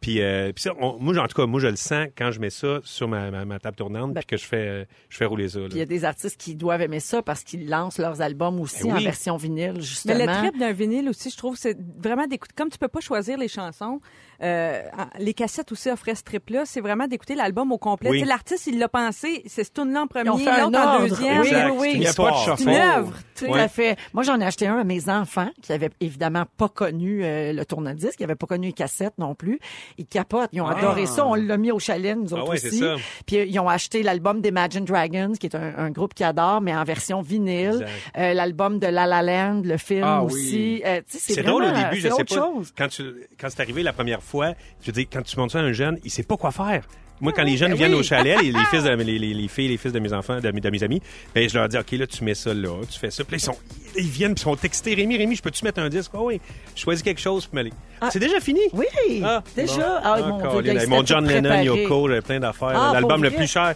D: Puis, euh, puis ça, on- moi, en tout cas, moi, je le sens quand je mets ça sur ma, ma- ma table tournante
A: Ben-
D: puis que je fais, euh, je fais rouler ça. là.
A: Puis il y a des artistes qui doivent aimer ça parce qu'ils lancent leurs albums aussi
D: Ben oui.
A: en version vinyle, justement.
C: Mais le trip d'un vinyle aussi, je trouve, c'est vraiment d'écouter. Comme tu peux pas choisir les chansons, euh, en- les cassettes aussi offraient ce trip-là. C'est vraiment d'écouter l'album au complet.
D: Oui.
C: Tu sais, L'artiste, il l'a pensé. C'est ce tune-là en
A: Ils ont
C: premier,
A: fait un
C: l'autre en
A: ordre.
C: deuxième.
A: Oui,
D: Exact.
A: oui, oui.
D: C'est
B: Il y a
D: histoire.
B: pas de
C: C'est
B: shuffle.
C: une œuvre. tu sais.
A: Tout à fait. Moi, j'en ai acheté un à mes enfants qui avaient évidemment pas connu euh, le tourne-disque, qui n'avaient pas connu les cassettes non plus. Ils capotent. Ils ont adoré ça. On l'a mis au chalet, nous autres
D: Ah. ouais, c'est
A: aussi.
D: ça.
A: Puis euh, ils ont acheté l'album d'Imagine Dragons, qui est un, un groupe qui adore, mais en version vinyle.
D: Exact.
A: Euh, l'album de La La Land, le film
B: Ah oui.
A: aussi. Euh, tu sais, c'est
D: C'est
A: vraiment
D: drôle au début, je
A: c'est
D: sais
A: autre
D: pas.
A: chose.
D: Quand tu quand c'est arrivé la première fois, je veux dire, quand tu montes ça à un jeune, il sait pas quoi faire. Moi,
A: Ah,
D: quand les
A: ben
D: jeunes viennent au chalet, les, les fils de, les, les- les filles, les fils de mes enfants, de, mes- de mes amis, ben, je leur dis, OK, là, tu mets ça là, tu fais ça. Puis là, ils, sont, ils viennent, puis ils sont textés. Rémi, Rémi, je peux-tu mettre un disque? Ah oui, je choisis quelque chose, puis me les- C'est déjà fini?
A: Oui,
D: Ah,
A: déjà.
D: bon.
A: Ah,
D: Ah,
A: mon, Dieu, gars,
D: Colin,
A: il
D: hey,
A: s'était
D: mon
A: tout
D: John Lennon,
A: préparé.
D: Yoko, là, euh, plein d'affaires.
A: Ah,
D: là. l'album
A: pour
D: le
A: vrai?
D: plus cher,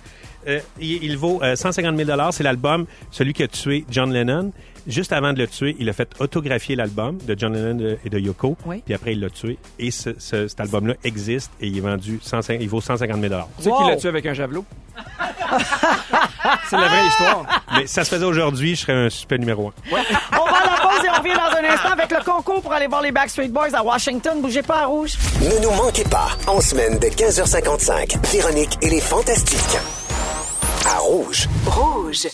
D: euh, il, il vaut euh, 150 000 C'est l'album, celui qui a tué John Lennon. Juste avant de le tuer, il a fait autographier l'album de John Lennon de- et de Yoko.
A: Oui.
D: Puis après, il l'a tué. Et ce- ce- cet album-là existe et il est vendu 150 il vaut 150 000
B: Tu sais qui l'a tué avec un javelot? c'est la vraie histoire.
A: Ah.
D: Mais si ça se faisait aujourd'hui, je serais un suspect numéro un.
A: On va à la pause et on revient dans un instant avec le concours pour aller voir les Backstreet Boys à Washington. Bougez pas à rouge.
H: Ne nous manquez pas, en semaine de 15h55, Véronique et les Fantastiques. À Rouge.
I: Rouge.